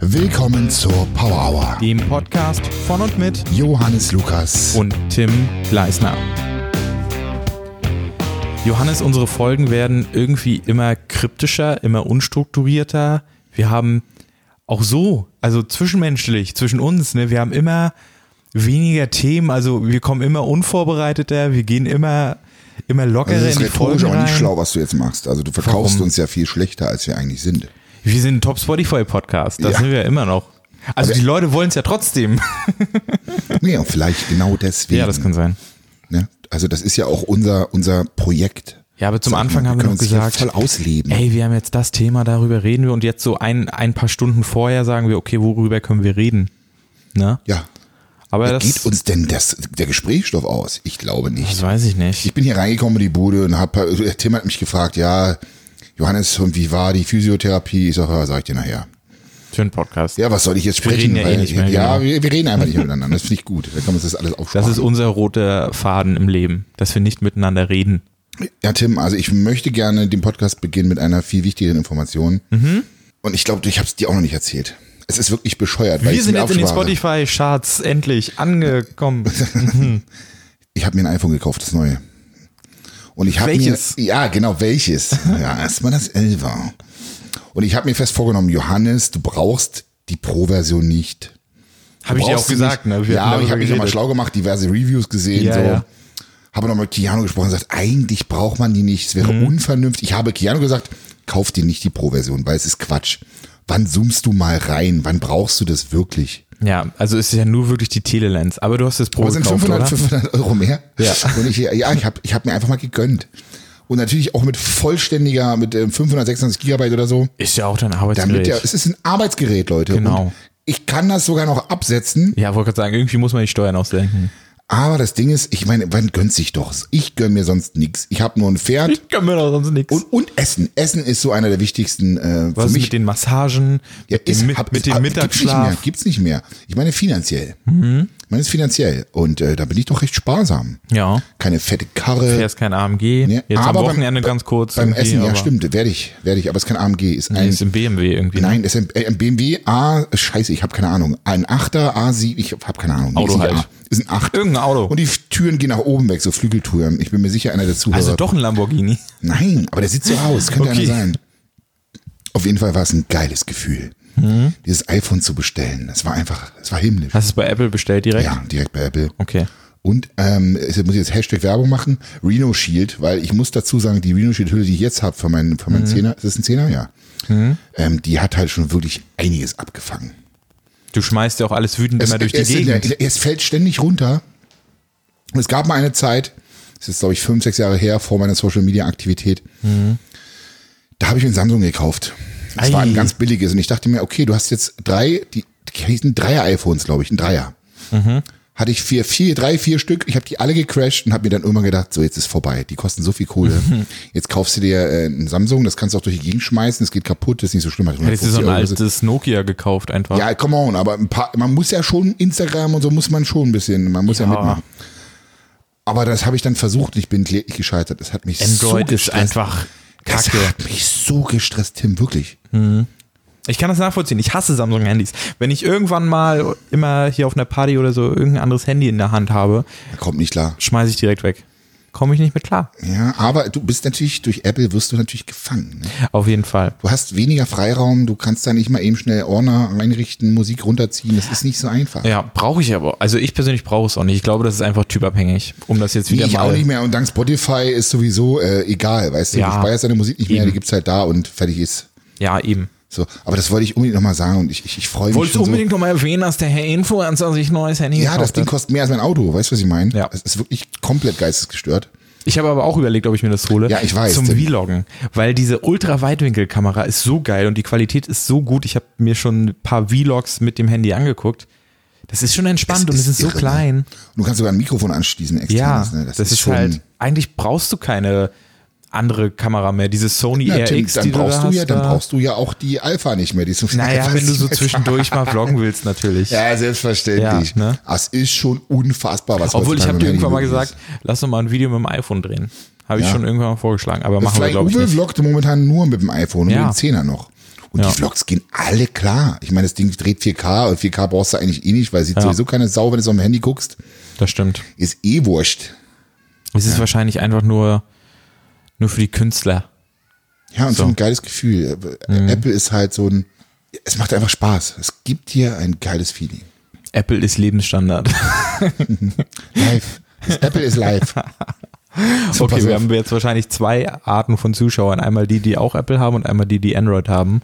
Willkommen zur Power Hour. dem Podcast von und mit Johannes Lukas. und Tim Gleisner. Johannes, unsere Folgen werden irgendwie immer kryptischer, immer unstrukturierter. Wir haben auch so, also zwischenmenschlich, zwischen uns, ne, wir haben immer weniger Themen, also wir kommen immer unvorbereiteter, wir gehen immer, immer lockerer Also es ist in die rhetorisch Folgen auch rein. nicht schlau, was du jetzt machst. Also du verkaufst Warum? uns ja viel schlechter, als wir eigentlich sind. Wir sind ein Top Spotify-Podcast, das Ja. sind wir immer noch. Also die Leute wollen es ja trotzdem. Nee, und vielleicht genau deswegen. Ja, das kann sein. ne? Also das ist ja auch unser, unser Projekt. Ja, aber zum Sag mal, Anfang haben wir können noch uns hier gesagt, voll ausleben. Ey, wir haben jetzt das Thema, darüber reden wir und jetzt so ein, ein paar Stunden vorher sagen wir, okay, worüber können wir reden? Ne? ja. Aber das, Geht uns denn das, der Gesprächsstoff aus? Ich glaube nicht. das weiß ich nicht. Ich bin hier reingekommen in die Bude und hab, also der Tim hat mich gefragt, ja, Johannes, und wie war die Physiotherapie? Ich sage, ja, sag ich dir nachher. Für einen Podcast. Ja, was soll ich jetzt sprechen? reden ja eh nicht mehr, ja genau. wir, wir reden einfach nicht miteinander. Das finde ich gut. Da kann man uns das alles aufsparen. Das ist unser roter Faden im Leben, dass wir nicht miteinander reden. Ja, Tim, also ich möchte gerne den Podcast beginnen mit einer viel wichtigeren Information. Mhm. Und ich glaube, ich habe es dir auch noch nicht erzählt. Es ist wirklich bescheuert, weil Wir ich's sind mir jetzt in den aufspare. Spotify-Charts endlich angekommen. Ich habe mir ein iPhone gekauft, das neue. Und ich habe mir Welches? ja genau welches. ja, erstmal das 11er. Und ich habe mir fest vorgenommen, Johannes, du brauchst die Pro-Version nicht. Habe ich dir auch Brauchst du gesagt, nicht. ne? Wir ja, hatten aber ich darüber habe mich nochmal geredet. schlau gemacht, diverse Reviews gesehen, Ja, so. ja. Habe nochmal mit Keanu gesprochen und gesagt, eigentlich braucht man die nicht, es wäre Mhm. unvernünftig. Ich habe Keanu gesagt, kauf dir nicht die Pro-Version, weil es ist Quatsch. Wann zoomst du mal rein? Wann brauchst du das wirklich? Ja, also es ist ja nur wirklich die Telelens. Aber du hast das Pro Aber es sind gekauft, 500, oder? 500 Euro mehr. Ja. Und ich, ja, ich habe ich hab mir einfach mal gegönnt. Und natürlich auch mit vollständiger, mit ähm, 526 Gigabyte oder so. Ist ja auch dein Damit Arbeitsgerät. der, es ist ein Arbeitsgerät, Leute. Genau. Und ich kann das sogar noch absetzen. ja, wollte gerade sagen, irgendwie muss man die Steuern ausdenken. Aber das Ding ist, ich meine, wann gönnt sich doch? Ich gönn mir sonst nichts. Ich habe nur ein Pferd Ich kann mir doch sonst nichts. und, und Essen. Essen ist so einer der wichtigsten äh, für Was ist mich. mit den Massagen, Ja, mit, dem, Mi- hab- mit dem hab- Gibt's nicht, mehr, Mittagsschlaf? Mhm. gibt's nicht mehr. Ich meine finanziell. Ich meine es finanziell. Und äh, da bin ich doch recht sparsam. Ja. Keine fette Karre. Er ist kein AMG. Ne, Jetzt am aber beim- Wochenende ganz kurz. Beim irgendwie, Essen, ja aber- stimmt, werde ich, werde ich. Aber es ist kein AMG, ist Nee, ein ist im BMW irgendwie. Nein, das ist ein, äh, ein BMW A, scheiße, ich habe keine Ahnung. Ein 8er, A7, ich habe keine Ahnung. Nee, Auto ist nicht halt. A, Ist ein 8. Irgendein Auto. Und die Türen gehen nach oben weg, so Flügeltüren. Ich bin mir sicher, einer der Zuhörer. Also doch ein Lamborghini. Nein, aber der sieht so aus, könnte Okay. einer sein. Auf jeden Fall war es ein geiles Gefühl, dieses iPhone zu bestellen. Das war einfach, es war himmlisch. Mhm. Hast du es bei Apple bestellt direkt? Ja, direkt bei Apple. Okay. Und ähm, es- muss ich jetzt Hashtag Werbung machen, Reno Shield, weil ich muss dazu sagen, die Reno Shield Hülle, die ich jetzt habe für meinen, für Mhm. meinen Zehner, ist das ein Zehner? Ja. Ähm, die hat halt schon wirklich einiges abgefangen. Du schmeißt ja auch alles wütend immer durch die es, Gegend. es- es fällt ständig runter. Und es gab mal eine Zeit, das ist glaube ich fünf, sechs Jahre her, vor meiner Social Media Aktivität, da habe ich mir ein Samsung gekauft. Das war Ei. ein ganz billiges und ich dachte mir, okay, du hast jetzt drei, die, die hießen Dreier iPhones, glaube ich, ein Dreier. Hatte ich vier, vier, drei, vier Stück. Ich habe die alle gecrashed und habe mir dann irgendwann gedacht, so jetzt ist vorbei. Die kosten so viel Kohle. Jetzt kaufst du dir äh, einen Samsung, das kannst du auch durch die Gegend schmeißen, das geht kaputt, das ist nicht so schlimm. hat Hättest du so 150 ein Euro gekostet. altes Nokia gekauft einfach. also Ja, come on, aber ein paar, man muss ja schon Instagram und so muss man schon ein bisschen, man muss ja, Ja. mitmachen. Aber das habe ich dann versucht und ich bin kläglich gescheitert. Das hat mich so Android ist gestresst. einfach das kacke. hat mich so gestresst, Tim, wirklich. Ich kann das nachvollziehen. Ich hasse Samsung-Handys. Wenn ich irgendwann mal immer hier auf einer Party oder so irgendein anderes Handy in der Hand habe, Da kommt nicht klar. schmeiße ich direkt weg. Komme ich nicht mit klar. Ja, aber du bist natürlich, durch Apple wirst du natürlich gefangen. Ne? Auf jeden Fall. Du hast weniger Freiraum, du kannst da nicht mal eben schnell Ordner einrichten, Musik runterziehen. Das ist nicht so einfach. Ja, brauche ich aber. Also ich persönlich brauche es auch nicht. Ich glaube, das ist einfach typabhängig. Um das jetzt Nee, wieder ich mal. auch nicht mehr. Und dank Spotify ist sowieso äh, egal, weißt du, Ja. du speierst deine Musik nicht mehr, Eben. die gibt's halt da und fertig ist. Ja, eben. So, aber das wollte ich unbedingt nochmal sagen und ich, ich, ich freue mich. Wolltest du schon so. unbedingt nochmal erwähnen, dass der Herr Influencer sich ein neues Handy Ja, gekauft das Ding hat? kostet mehr als mein Auto, weißt du, was ich meine? Ja. Es ist wirklich komplett geistesgestört. Ich habe aber auch überlegt, ob ich mir das hole. Ja, ich weiß, Zum Tim. Vloggen. Weil diese Ultra-Weitwinkelkamera ist so geil und die Qualität ist so gut. Ich habe mir schon ein paar Vlogs mit dem Handy angeguckt. Das ist schon entspannt und es ist irre, so ne? klein. Und du kannst sogar ein Mikrofon anschließen, Ja, externes, ne? das, ist, halt, eigentlich braust du keine andere Kamera mehr. Diese Sony Ja, Tim, RX, dann die brauchst du, da du hast, ja, dann da- brauchst du ja auch die Alpha nicht mehr, die ist so Naja, wenn du so zwischendurch mal vloggen willst, natürlich. Ja, selbstverständlich. Ja, ne? Das ist schon unfassbar, was Obwohl, ich heutzutage habe dir mit dem irgendwann mal Handy möglich gesagt, lass doch mal ein Video mit dem iPhone drehen. Habe ich Ja. schon irgendwann mal vorgeschlagen, aber ist. machen wir, Vielleicht glaube ich, Uwe nicht. vloggt momentan nur mit dem iPhone, Ja. mit dem 10er noch. Und Ja. die Vlogs gehen alle klar. Ich meine, das Ding dreht 4K und 4K brauchst du eigentlich eh nicht, weil sieht Ja. sowieso keine Sau, wenn du es auf dem Handy guckst. Das stimmt. Ist eh wurscht. Es ist wahrscheinlich einfach nur, nur für die Künstler. Ja, und so, So. Mhm. ein geiles Gefühl. Apple ist halt so ein, es macht einfach Spaß. Es gibt dir ein geiles Feeling. Apple ist Lebensstandard. Live. Das Apple ist live. So, Okay, pass wir auf. haben jetzt wahrscheinlich zwei Arten von Zuschauern. Einmal die, die auch Apple haben und einmal die, die Android haben.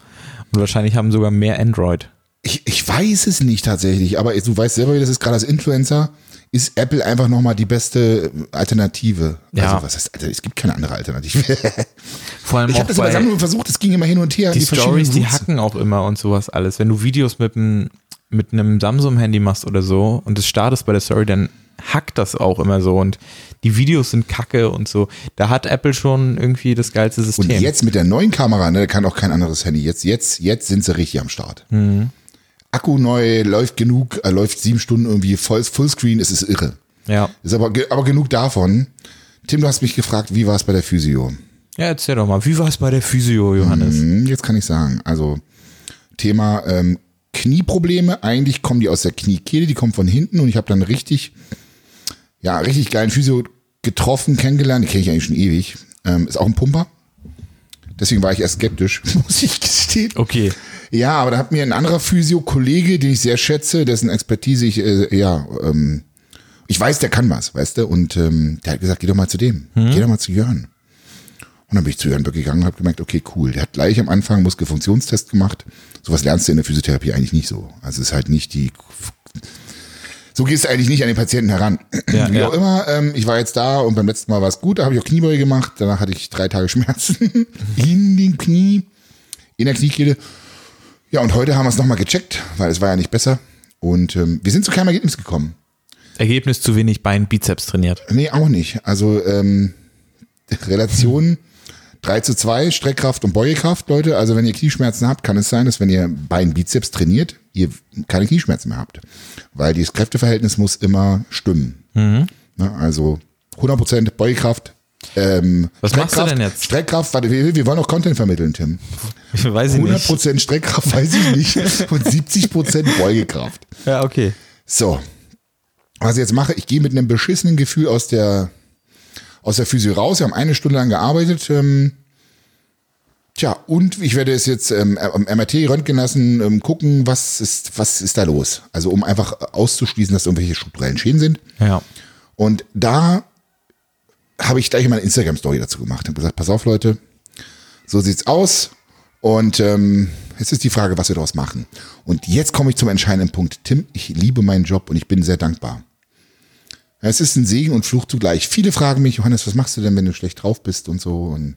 Und wahrscheinlich haben sogar mehr Android. Ich, ich weiß es nicht tatsächlich, aber du weißt selber, wie das ist, gerade als Influencer ist Apple einfach nochmal die beste Alternative. Ja. Also was heißt, also es gibt keine andere Alternative. Vor allem Ich habe das immer sammeln versucht, es ging immer hin und her. die, verschiedenen Stories, die Routes. hacken auch immer und sowas alles. Wenn du Videos mit einem mit einem Samsung-Handy machst oder so und es startest bei der Story, dann hackt das auch immer so und die Videos sind kacke und so. Da hat Apple schon irgendwie das geilste Und System. jetzt mit der neuen Kamera, ne, da kann auch kein anderes Handy. Jetzt, jetzt, jetzt sind sie richtig am Start. Mhm. Akku neu, läuft genug, äh, läuft sieben Stunden irgendwie voll, Fullscreen, es ist irre. ja. Ist aber, ge- aber genug davon. Tim, du hast mich gefragt, wie war es bei der Physio? ja, erzähl doch mal, wie war es bei der Physio, Johannes? Hm, Jetzt kann ich sagen, also Thema ähm, Knieprobleme, eigentlich kommen die aus der Kniekehle, die kommen von hinten und ich habe dann richtig, ja, richtig geilen Physio getroffen, kennengelernt, den kenne ich eigentlich schon ewig, ähm, ist auch ein Pumper. Deswegen war ich erst skeptisch, muss ich gestehen. Okay, Ja, aber da hat mir ein anderer Physio-Kollege, den ich sehr schätze, dessen Expertise ich, äh, ja, ähm, ich weiß, der kann was, weißt du, und ähm, der hat gesagt, geh doch mal zu dem, Hm? geh doch mal zu Jörn. Und dann bin ich zu Jörn Böck gegangen und habe gemerkt, okay, cool, der hat gleich am Anfang einen Muskelfunktionstest gemacht. Sowas lernst du in der Physiotherapie eigentlich nicht so. Also es ist halt nicht die, so gehst du eigentlich nicht an den Patienten heran. Ja, Wie ja. auch immer, ähm, ich war jetzt da und beim letzten Mal war es gut, da habe ich auch Kniebeuge gemacht, danach hatte ich drei Tage Schmerzen in den Knie, in der Kniekehle. Ja, und heute haben wir es nochmal gecheckt, weil es war ja nicht besser. Und ähm, wir sind zu keinem Ergebnis gekommen. Ergebnis zu wenig Bein, Bizeps trainiert. Nee, auch nicht. Also ähm, Relation 3 zu 2, Streckkraft und Beugekraft, Leute. Also wenn ihr Knieschmerzen habt, kann es sein, dass wenn ihr Bein-Bizeps trainiert, ihr keine Knieschmerzen mehr habt. Weil dieses Kräfteverhältnis muss immer stimmen. Mhm. Ne, also 100% Beugekraft. Ähm, Was machst du Streckkraft- denn jetzt? Streckkraft, warte, wir, wir wollen auch Content vermitteln, Tim. Weiß ich nicht. 100% Streckkraft weiß ich nicht und 70% Beugekraft. Ja, okay. So. Was ich jetzt mache, ich gehe mit einem beschissenen Gefühl aus der, aus der Physio raus. Wir haben eine Stunde lang gearbeitet. Ähm, tja, und ich werde es jetzt ähm, am MRT röntgen lassen, ähm, gucken, was ist, was ist da los. Also um einfach auszuschließen, dass irgendwelche strukturellen Schäden sind. Ja. Und da habe ich gleich mal eine Instagram-Story dazu gemacht. Habe gesagt, pass auf, Leute, so sieht's aus. Und ähm, jetzt ist die Frage, was wir daraus machen. Und jetzt komme ich zum entscheidenden Punkt. Tim, ich liebe meinen Job und ich bin sehr dankbar. Es ist ein Segen und Fluch zugleich. Viele fragen mich, Johannes, was machst du denn, wenn du schlecht drauf bist und so? Und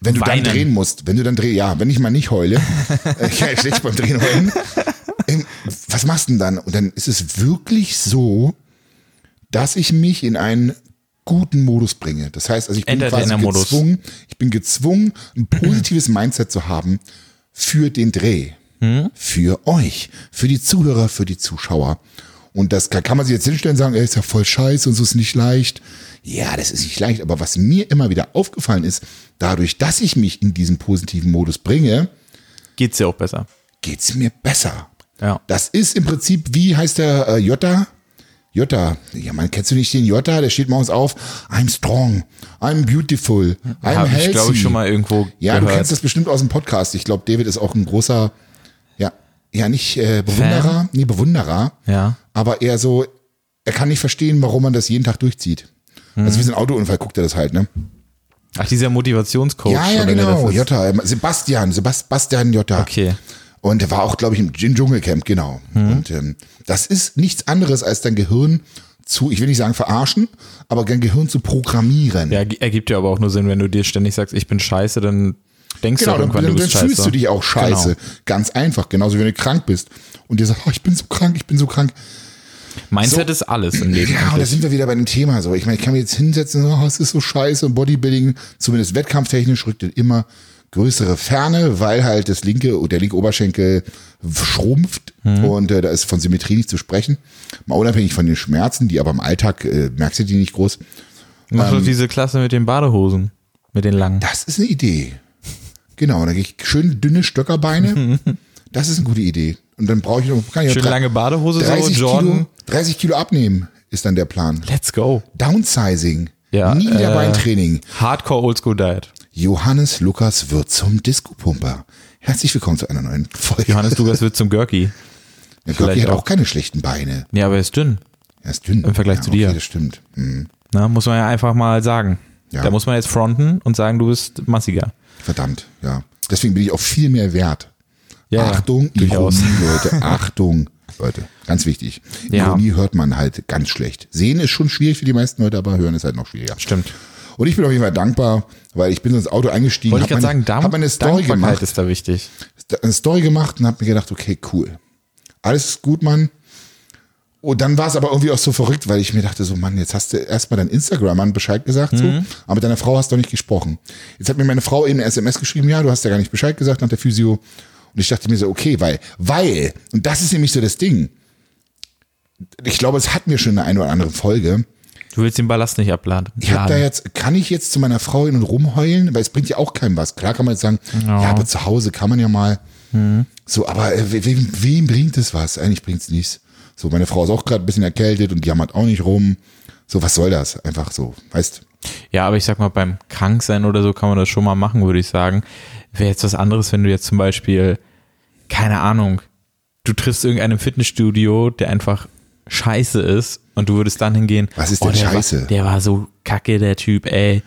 wenn du Weinen. dann drehen musst, wenn du dann drehst, ja, wenn ich mal nicht heule, äh, ich kann ja schlecht beim Drehen heulen. Ähm, Was machst du denn dann? Und dann ist es wirklich so, dass ich mich in einen guten Modus bringe. Das heißt, also ich bin quasi Entertainer-Modus. gezwungen, ich bin gezwungen, ein positives Mindset zu haben für den Dreh, für euch, für die Zuhörer, für die Zuschauer. Und das kann, kann man sich jetzt hinstellen und sagen, ey, ist ja voll scheiße und so ist nicht leicht. Ja, das ist nicht leicht, aber was mir immer wieder aufgefallen ist, dadurch, dass ich mich in diesen positiven Modus bringe, Geht's dir auch besser. geht's mir besser. Ja. Das ist im Prinzip, wie heißt der äh, Jota? Jota, ja, man kennst du nicht den Jota? Der steht morgens auf. I'm strong, I'm beautiful, I'm Habe healthy. ich, glaube ich, schon mal irgendwo ja, gehört. du kennst das bestimmt aus dem Podcast. Ich glaube, David ist auch ein großer, ja, ja nicht äh, Bewunderer, nee Bewunderer, Ja. aber eher so, er kann nicht verstehen, warum man das jeden Tag durchzieht. Mhm. Also wie so ein Autounfall guckt er das halt, ne? Ach, dieser Motivationscoach. Ja, ja, oder wer genau. das ist. Jota, ähm, Sebastian, Sebastian Jota. Okay. Und er war auch, glaube ich, im Gin- Dschungelcamp, genau. Mhm. Und ähm, das ist nichts anderes, als dein Gehirn zu, ich will nicht sagen verarschen, aber dein Gehirn zu programmieren. Ja, ge- ergibt ja aber auch nur Sinn, wenn du dir ständig sagst, ich bin scheiße, dann denkst genau, du auch dann, irgendwann, dann, du dann bist fühlst scheiße. Genau. du dich auch scheiße. Ganz einfach, genauso wie wenn du krank bist und dir sagst, oh, ich bin so krank, ich bin so krank. Mindset ist alles im Leben. Ja, und da eigentlich. sind wir wieder bei dem Thema. So, ich meine, ich kann mir jetzt hinsetzen, so, oh, es ist so scheiße und Bodybuilding, zumindest wettkampftechnisch, rückt in immer größere Ferne, weil halt das linke, der linke Oberschenkel schrumpft Mhm. und äh, da ist von Symmetrie nicht zu sprechen. Mal unabhängig von den Schmerzen, die aber im Alltag äh, merkst du die nicht groß. Mach doch diese Klasse mit den Badehosen, mit den langen. Das ist eine Idee. Genau, dann gehe ich schön dünne Stöckerbeine. das ist eine gute Idee. Und dann brauche ich noch, kann ich noch Schön drei- lange Badehose, so 30 Jordan. Kilo, 30 Kilo abnehmen ist dann der Plan. Let's go. Downsizing. Ja, Nie wieder äh, Beintraining. Hardcore Oldschool Diet. Johannes Lukas wird zum Disco-Pumper. Herzlich willkommen zu einer neuen Folge. Johannes Lukas wird zum Görki. Der Gorki vielleicht hat auch auch. keine schlechten Beine. Nee, aber er ist dünn. Er ist dünn. Im Vergleich ja, zu dir. Okay, das stimmt. Hm, Na, muss man ja einfach mal sagen. Ja. Da muss man jetzt fronten und sagen, du bist massiger. verdammt, ja. Deswegen bin ich auch viel mehr wert. Ja, Achtung, ja, durchaus. Ironie, Leute. Achtung, Leute. Ganz wichtig. Ja. Ironie hört man halt ganz schlecht. Sehen ist schon schwierig für die meisten Leute, aber hören ist halt noch schwieriger. Stimmt. Und ich bin auf jeden Fall dankbar, weil ich bin ins Auto eingestiegen. Wollte ich hab gerade sagen, meine- Darm hab meine Story Dankbarkeit gemacht. ist da wichtig. eine Story gemacht und habe mir gedacht, okay, cool. Alles ist gut, Mann. Und dann war es aber irgendwie auch so verrückt, weil ich mir dachte, so Mann, jetzt hast du erstmal dein Instagram-Mann Bescheid gesagt, so, aber mit deiner Frau hast du noch nicht gesprochen. Jetzt hat mir meine Frau eben eine SMS geschrieben, ja, du hast ja gar nicht Bescheid gesagt nach der Physio. Und ich dachte mir so, okay, weil, weil, und das ist nämlich so das Ding. Ich glaube, es hatten wir schon in der einen oder anderen Folge. Du willst den Ballast nicht abladen. Ich hab da Laden. jetzt, kann ich jetzt zu meiner Frau hin und rumheulen? Weil es bringt ja auch keinem was. Klar kann man jetzt sagen, ja, aber zu Hause kann man ja mal. So, aber äh, we- wem, wem bringt es was? Eigentlich bringt's nichts. So, meine Frau ist auch gerade ein bisschen erkältet und jammert auch nicht rum. So, was soll das? Einfach so, weißt Ja, aber ich sag mal, beim Kranksein oder so kann man das schon mal machen, würde ich sagen. Wäre jetzt was anderes, wenn du jetzt zum Beispiel, keine Ahnung, du triffst irgendeinem Fitnessstudio, der einfach scheiße ist und du würdest dann hingehen. oh, Was ist denn der scheiße? War, der war so kacke, der Typ, ey.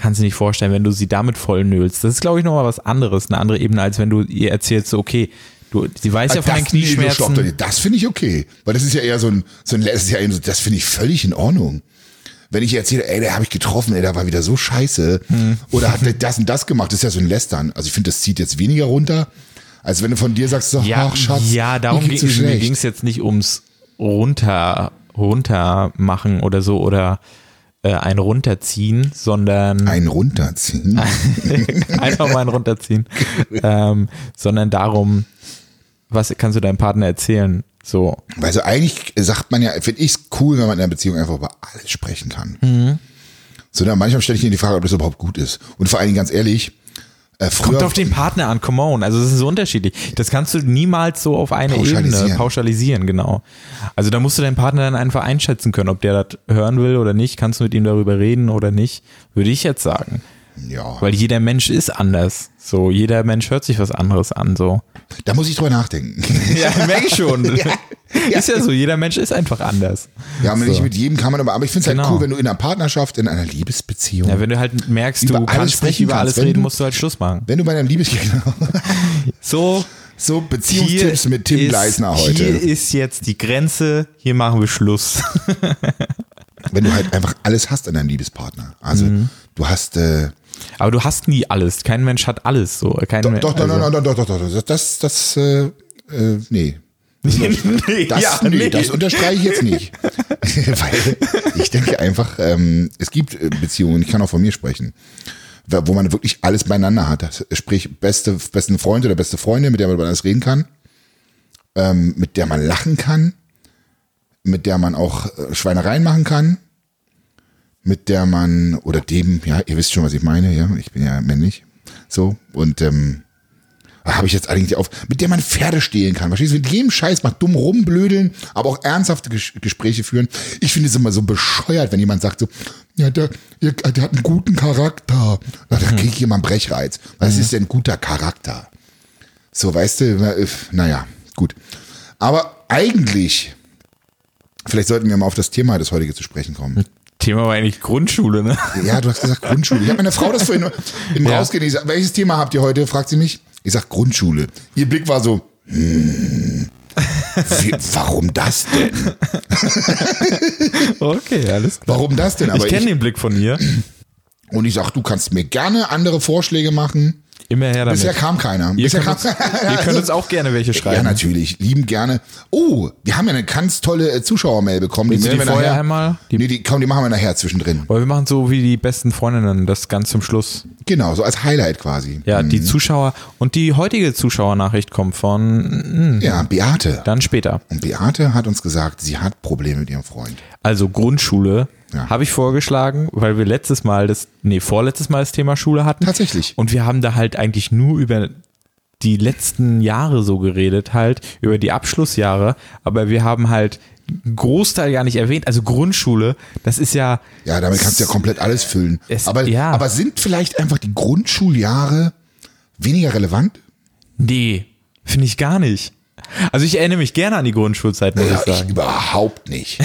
Kannst du nicht vorstellen, wenn du sie damit voll nölst. Das ist, glaube ich, nochmal was anderes, eine andere Ebene, als wenn du ihr erzählst, so, okay, du, sie weiß ja von Ah, das, nee, deinen du stopp doch Knieschmerzen. nicht. das finde ich okay. Weil das ist ja eher so ein, so ein das ist ja eben so, das finde ich völlig in Ordnung. Wenn ich erzähle, ey, der habe ich getroffen, ey, der war wieder so scheiße. Hm. Oder hat der das und das gemacht, das ist ja so ein Lästern. Also ich finde, das zieht jetzt weniger runter, als wenn du von dir sagst, so, Ja, ach Schatz, ja, darum mir geht's ging so schlecht. es jetzt nicht ums runter, runter machen oder so oder äh, ein runterziehen, sondern Einen runterziehen. Ah. einfach mal ein runterziehen, ähm, sondern darum, was kannst du deinem Partner erzählen? So, Also eigentlich sagt man ja, finde ich es cool, wenn man in einer Beziehung einfach über alles sprechen kann. Mhm. So, dann manchmal stelle ich mir die Frage, ob das überhaupt gut ist. Und vor allen Dingen ganz ehrlich, äh, früher, kommt auf den Partner an, come on. Also das ist so unterschiedlich. Das kannst du niemals so auf eine Pauschalisieren. Ebene pauschalisieren, genau. Also da musst du deinen Partner dann einfach einschätzen können, ob der das hören will oder nicht. Kannst du mit ihm darüber reden oder nicht, würde ich jetzt sagen. ja. Weil jeder Mensch ist anders. So, jeder Mensch hört sich was anderes an. So. Da muss ich drüber nachdenken. Ja, merke ich schon. Ist ja so, jeder Mensch ist einfach anders. Ja, aber nicht So. mit jedem kann man aber, aber ich finde es Genau. halt cool, wenn du in einer Partnerschaft, in einer Liebesbeziehung, Ja, wenn du halt merkst, Über du alles kannst nicht sprechen über kannst, alles wenn reden, du- musst du halt Schluss machen. wenn du bei deinem Liebes genau, So, so Beziehungstipps mit Tim ist, Gleisner Hier heute, ist jetzt die Grenze, hier machen wir Schluss. wenn du halt einfach alles hast an deinem Liebespartner. Also Mhm. du hast äh, Aber du hast nie alles. Kein Mensch hat alles. So, kein doch, Mensch- doch, doch, also- doch, doch, doch, doch, doch, doch, das, das, äh, äh, nee. nee, Das, ja, nee, nee. das unterstreiche ich jetzt nicht. Weil ich denke einfach, ähm, es gibt äh, Beziehungen, ich kann auch von mir sprechen, wo wo man wirklich alles beieinander hat. Das- Sprich, beste, besten Freund oder beste Freundin, mit der man über alles reden kann, ähm, mit der man lachen kann, mit der man auch äh, Schweinereien machen kann, mit der man oder dem, ja, ihr wisst schon, was ich meine, ja, ich bin ja männlich. So, und ähm, habe ich jetzt eigentlich auf, mit der man Pferde stehlen kann. Verstehst du, mit jedem Scheiß macht dumm rumblödeln, aber auch ernsthafte Ges Gespräche führen. Ich finde es immer so bescheuert, wenn jemand sagt so, ja, der, der, der hat einen guten Charakter. Na, da kriege ich immer einen Brechreiz. Was ist denn guter Charakter? So, weißt du, na, äh, naja, gut. Aber eigentlich, vielleicht sollten wir mal auf das Thema des heutigen zu sprechen kommen. Thema war eigentlich Grundschule, ne? Ja, du hast gesagt Grundschule. Ich habe meiner Frau das vorhin im Ja. Rausgehen gesagt. Welches Thema habt ihr heute? Fragt sie mich. Ich sag Grundschule. Ihr Blick war so, hm, wie, warum das denn? Okay, alles klar. Warum das denn? Aber Ich ich kenne den Blick von ihr. und ich sag, du kannst mir gerne andere Vorschläge machen. Immer her damit. Bisher kam keiner. Ihr Bisher könnt, uns, ihr könnt uns auch gerne welche schreiben. ja, natürlich. Lieben gerne. Oh, wir haben ja eine ganz tolle äh, Zuschauermail bekommen. Willst du melden die wir vorher nachher. einmal? Die- Die nee, die, komm, die machen wir nachher zwischendrin. Weil wir machen so wie die besten Freundinnen, das ganz zum Schluss. Genau, so als Highlight quasi. Ja, die Zuschauer und die heutige Zuschauernachricht kommt von mm, Ja, Beate. dann später. Und Beate hat uns gesagt, sie hat Probleme mit ihrem Freund. Also Grundschule Ja. Habe ich vorgeschlagen, weil wir letztes Mal das, nee, vorletztes Mal das Thema Schule hatten. Tatsächlich. Und wir haben da halt eigentlich nur über die letzten Jahre so geredet, halt, über die Abschlussjahre, aber wir haben halt einen Großteil gar nicht erwähnt. Also Grundschule, das ist ja, Ja, damit kannst du ja komplett alles füllen. Es- aber, ja. aber sind vielleicht einfach die Grundschuljahre weniger relevant? nee, finde ich gar nicht. Also ich erinnere mich gerne an die Grundschulzeit, muss ich Ja, ich sagen. überhaupt nicht.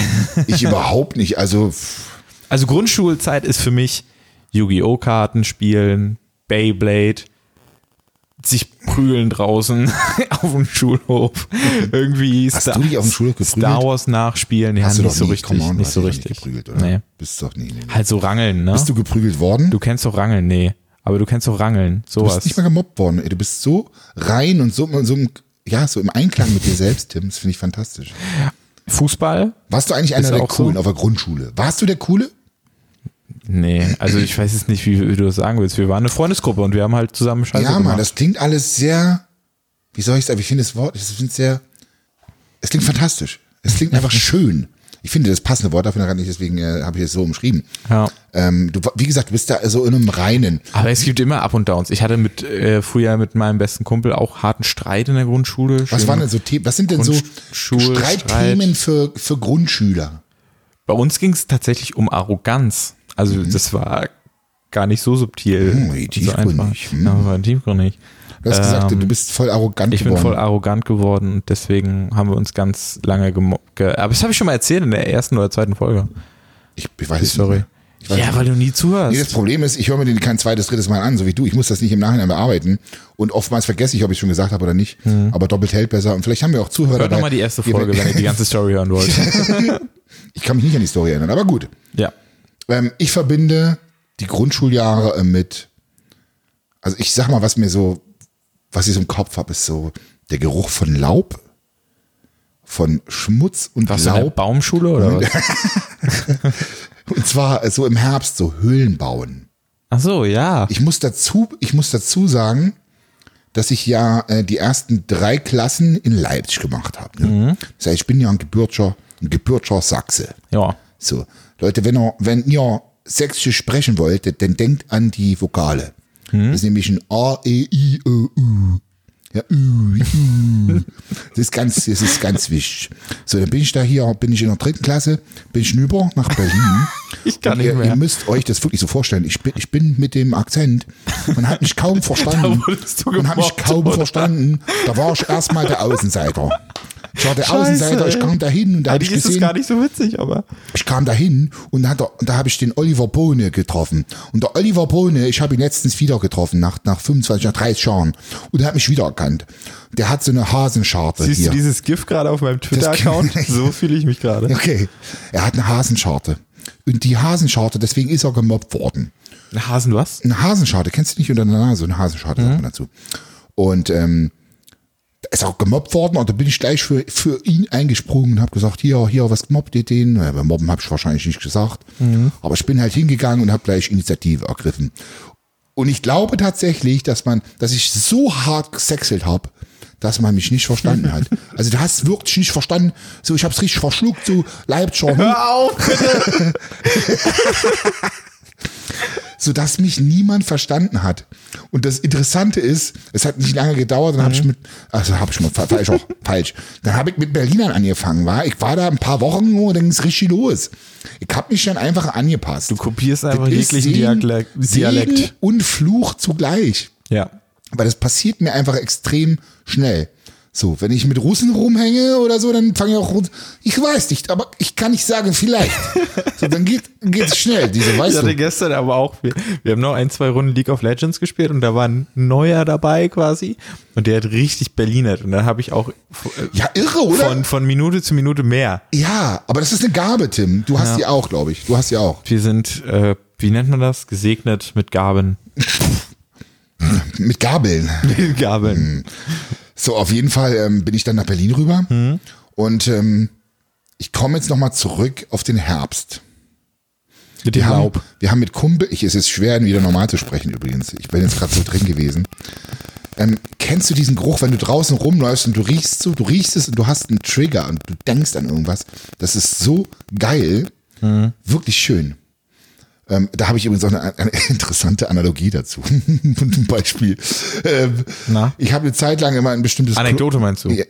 Ich überhaupt nicht. Also, pff, Also Grundschulzeit ist für mich Yu-Gi-Oh! Karten spielen, Beyblade, sich prügeln draußen auf dem Schulhof. Irgendwie Mhm. hast du dich auf dem Schulhof geprügelt? Star Wars nachspielen, ja, hast du Ah, nicht doch so nie, richtig, come on, nicht hast so du doch richtig. geprügelt, oder? Nee. Bist doch nie. Nee. Halt so rangeln, ne? Bist du geprügelt worden? du kennst doch rangeln, nee, aber du kennst doch Du rangeln, bist sowas. nicht mal gemobbt worden. Ey. Du bist so rein und so, so, im, ja, so im Einklang mit dir selbst, Tim. Das finde ich fantastisch. Fußball? Warst du eigentlich einer Ist der auch so. Coolen auf der Grundschule? Warst du der Coole? Nee, also ich weiß jetzt nicht, wie, wie du das sagen willst. Wir waren eine Freundesgruppe und wir haben halt zusammen Scheiße ja, gemacht. Mann, das klingt alles sehr, wie soll ich sagen, ich finde das Wort, ich finde es sehr, es klingt fantastisch. Es klingt einfach schön. Ich finde das passende Wort dafür noch gar nicht, deswegen äh, habe ich es so umschrieben. Ja. Ähm, du, wie gesagt, du bist da so in einem Reinen. Aber es gibt immer Up und Downs. Ich hatte mit äh, früher mit meinem besten Kumpel auch harten Streit in der Grundschule. Was Schön- waren denn so Themen, was sind denn so Grundschul- Streitthemen für, für Grundschüler? Bei uns ging es tatsächlich um Arroganz. Also Mhm. das war gar nicht so subtil. Hm, wie tiefgründig. Hm. Ja, war tiefgründig. Du hast gesagt, du bist voll arrogant Ähm, Ich bin geworden. voll arrogant geworden und deswegen haben wir uns ganz lange gemobbt. Ge Aber das habe ich schon mal erzählt in der ersten oder zweiten Folge. ich, ich weiß es nicht Sorry. mehr. Ich weiß ja, weil du nie Nee, das zuhörst. Problem ist, ich höre mir den kein zweites, drittes Mal an, so wie du. Ich muss das nicht im Nachhinein bearbeiten. Und oftmals vergesse ich, ob ich schon gesagt habe oder nicht. Aber doppelt hält besser. Und vielleicht haben wir auch Zuhörer. Hm. Hört doch dabei, mal die erste Folge, wenn ihr die ganze Story hören wollt. ich kann mich nicht an die Story erinnern, aber gut. Ja. Ähm, ich verbinde die Grundschuljahre äh, mit, also ich sag mal, was mir so, was ich so im Kopf habe, ist so der Geruch von Laub, von Schmutz und Warst du in der Laub. Baumschule oder was? Und zwar äh, so im Herbst, so Höhlen bauen. Ach so, ja. Ich muss dazu, ich muss dazu sagen, dass ich ja äh, die ersten drei Klassen in Leipzig gemacht habe. Ne? Das heißt, ich bin ja ein gebürtscher, ein gebürtscher Sachse. Ja. So, Leute, wenn ihr, wenn ihr sächsisch sprechen wolltet, dann denkt an die Vokale. Hm? Das ist nämlich ein A, E, I, O, U. Ja, U, U. Das ist ganz, das ist ganz wichtig. So, dann bin ich da hier, bin ich in der dritten Klasse, bin ich rüber nach Berlin. Ich kann Und nicht ihr, mehr. ihr müsst euch das wirklich so vorstellen. Ich bin, ich bin mit dem Akzent. Man hat mich kaum verstanden. Da wurdest du Man hat mich gemobbt, kaum oder? verstanden. Da war ich erstmal der Außenseiter. Ich war der Scheiße, Außenseiter, ich ey. kam da hin und da habe ich Eigentlich ist es gar gesehen, nicht so witzig, aber. ich kam da hin und da, hat er- und da habe ich den Oliver Bohne getroffen. Und der Oliver Bohne, ich habe ihn letztens wieder getroffen, nach, nach 25, nach 30 Jahren. Und er hat mich wiedererkannt. Der hat so eine Hasenscharte Siehst hier. du dieses GIF gerade auf meinem Twitter-Account? So fühle ich mich gerade. okay. Er hat eine Hasenscharte. Und die Hasenscharte, deswegen ist er gemobbt worden. Hasen, was? eine Hasenscharte, kennst du nicht unter der Nase, eine Hasenscharte sagt man dazu. Und ähm, da ist auch gemobbt worden und da bin ich gleich für, für ihn eingesprungen und habe gesagt, hier, hier, was gemobbt ihr den? Na, Bei Mobben habe ich wahrscheinlich nicht gesagt, aber ich bin halt hingegangen und habe gleich Initiative ergriffen. Und ich glaube tatsächlich, dass man, dass ich so hart gesexelt habe, dass man mich nicht verstanden hat. Also du hast wirklich nicht verstanden, so ich habe es richtig verschluckt, so Leibscher, hm, Hör auf! sodass mich niemand verstanden hat. Und das Interessante ist, es hat nicht lange gedauert, dann habe Mhm. ich mit, also habe ich mal fa- falsch auch falsch, dann habe ich mit Berlinern angefangen, war ich war da ein paar Wochen nur, dann ging's richtig los. Ich habe mich dann einfach angepasst. Du kopierst einfach jeglichen Dialekt- Dialekt. Segen und Fluch zugleich. Ja. Weil das passiert mir einfach extrem schnell. So, wenn ich mit Russen rumhänge oder so, dann fange ich auch Russen. Ich weiß nicht, aber ich kann nicht sagen, vielleicht. So, dann geht geht's schnell. Diese, Ich weißt du, hatte gestern aber auch, wir, wir haben noch ein, zwei Runden League of Legends gespielt und da war ein Neuer dabei quasi und der hat richtig Berlinert und dann habe ich auch äh, Ja, irre, oder? von, von Minute zu Minute mehr. ja, aber das ist eine Gabe, Tim. Du hast die auch, glaube ich. Du hast die auch. Wir sind, äh, wie nennt man das? Gesegnet mit Gaben. Mit Gabeln. Mit Hm. Gabeln. So, auf jeden Fall ähm, bin ich dann nach Berlin rüber. Und ähm, ich komme jetzt nochmal zurück auf den Herbst. Mit Wir dem haben, Laub. wir haben mit Kumpel, ich, es ist schwer, wieder normal zu sprechen übrigens. Ich bin jetzt gerade so drin gewesen. Ähm, kennst du diesen Geruch, wenn du draußen rumläufst und du riechst so, du riechst es und du hast einen Trigger und du denkst an irgendwas? Das ist so geil. Mhm. Wirklich schön. Ähm, da habe ich übrigens auch eine, eine interessante Analogie dazu. Ein Beispiel. Ähm, Na? Ich habe eine Zeit lang immer ein bestimmtes Klo- Anekdote meinst du? Ja,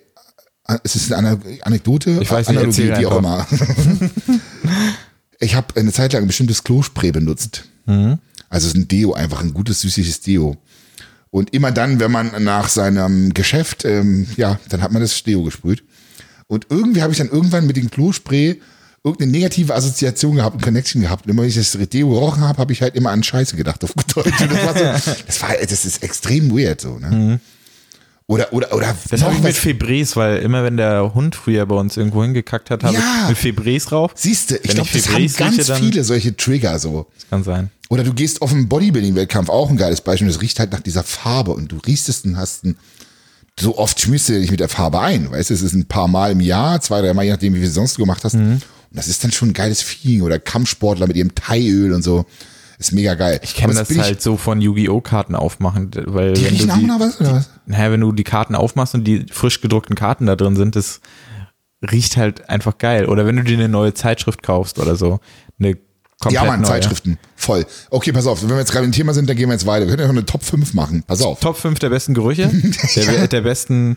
an- äh, es ist eine Ana- Anekdote, Ich weiß nicht, Analogie, erzähl wie auch immer. einfach. ich habe eine Zeit lang ein bestimmtes Klospray benutzt. Mhm. Also es ist ein Deo, einfach ein gutes, süßliches Deo. Und immer dann, wenn man nach seinem Geschäft, ähm, ja, dann hat man das Deo gesprüht. Und irgendwie habe ich dann irgendwann mit dem Klospray irgendeine negative Assoziation gehabt, eine Connection gehabt. Und immer wenn ich das Deo gerochen habe, habe ich halt immer an Scheiße gedacht auf gut Deutsch. Und das, war so, das, war, das ist extrem weird so, ne? Oder, oder, oder. Mhm. Das habe noch ich mit was- Febrés, weil immer wenn der Hund früher bei uns irgendwo hingekackt hat, habe Ja. ich mit Febrés rauf. Siehst du, ich Wenn glaube, ich das haben Febrés ganz rieche, dann- viele solche Trigger so. Das kann sein. Oder du gehst auf einen Bodybuilding-Wettkampf, auch ein geiles Beispiel. Das riecht halt nach dieser Farbe und du riechst es und hast ein, so oft schmierst du dich mit der Farbe ein. Weißt du, es ist ein paar Mal im Jahr, zwei, drei Mal, je nachdem, wie viel sonst du gemacht hast. Mhm. Und das ist dann schon ein geiles Feeling. Oder Kampfsportler mit ihrem Thai-Öl und so. Ist mega geil. Ich kenne das halt so von Yu-Gi-Oh! Karten aufmachen, weil Die wenn du riechen auch noch die, was, oder was? naja, wenn du die Karten aufmachst und die frisch gedruckten Karten da drin sind, das riecht halt einfach geil. Oder wenn du dir eine neue Zeitschrift kaufst oder so. Eine komplett Ja, Mann, neue. Zeitschriften. Voll. Okay, pass auf. Wenn wir jetzt gerade im Thema sind, dann gehen wir jetzt weiter. Wir können ja noch eine Top 5 machen. Pass auf. Top 5 der besten Gerüche, der, der besten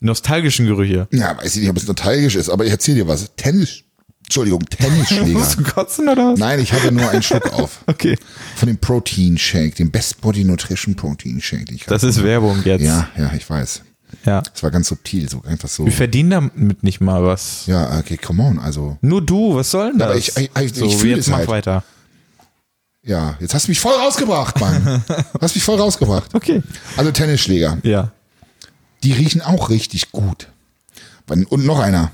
nostalgischen Gerüche. Ja, weiß ich nicht, ob es nostalgisch ist, aber ich erzähl dir was. Tennis, Entschuldigung, Tennisschläger. Musst du kotzen oder was? Nein, ich hatte nur einen Schluck auf. Okay. Von dem Protein Shake, dem Best Body Nutrition Protein Shake. den Ich Das ist Werbung jetzt. ja, ja, ich weiß. ja. Es war ganz subtil, so einfach so. Wir verdienen damit nicht mal was. Ja, okay, come on, also. Nur du, was soll denn das? Aber ich- ich- ich- so, ich fühl jetzt es mach halt. weiter. Ja, jetzt hast du mich voll rausgebracht, Mann. Du hast mich voll rausgebracht. Okay. Also Tennisschläger, Ja. die riechen auch richtig gut. Und noch einer,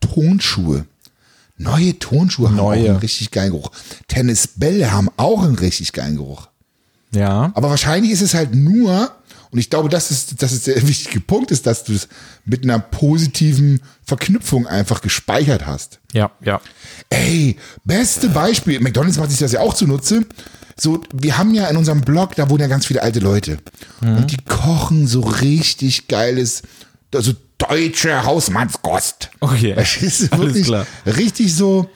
Tonschuhe. Neue Tonschuhe haben auch Neue. einen richtig geilen Geruch. Tennisbälle haben auch einen richtig geilen Geruch. Ja. Aber wahrscheinlich ist es halt nur, und ich glaube, das ist, das ist der wichtige Punkt, ist, dass du es mit einer positiven Verknüpfung einfach gespeichert hast. Ja, ja. Ey, beste Beispiel. McDonalds macht sich das ja auch zunutze. So, wir haben ja in unserem Blog, da wohnen ja ganz viele alte Leute. Mhm. Und die kochen so richtig geiles, also deutsche Hausmannskost. Okay. Verstehst du? Alles Wirklich klar. Richtig so,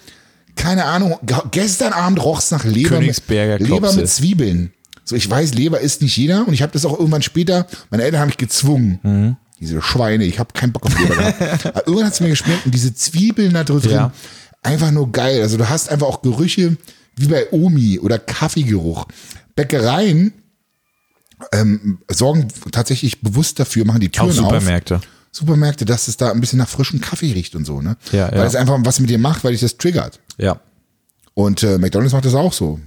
keine Ahnung, ge- gestern Abend roch es nach Leber, mit, Königsberger Leber Klopse. mit Zwiebeln. So, ich weiß, Leber isst nicht jeder und ich habe das auch irgendwann später, meine Eltern haben mich gezwungen. Mhm. Diese Schweine, ich habe keinen Bock auf Leber gehabt. Aber irgendwann hat es mir geschmeckt und diese Zwiebeln da drin, Ja. einfach nur geil. Also du hast einfach auch Gerüche wie bei Omi oder Kaffeegeruch. Bäckereien ähm, sorgen tatsächlich bewusst dafür, machen die Auch Türen auf. Supermärkte. Supermärkte, dass es da ein bisschen nach frischem Kaffee riecht und so, ne? Ja, weil ja. es einfach was mit dir macht, weil dich das triggert. Ja. Und äh, McDonalds macht das auch so.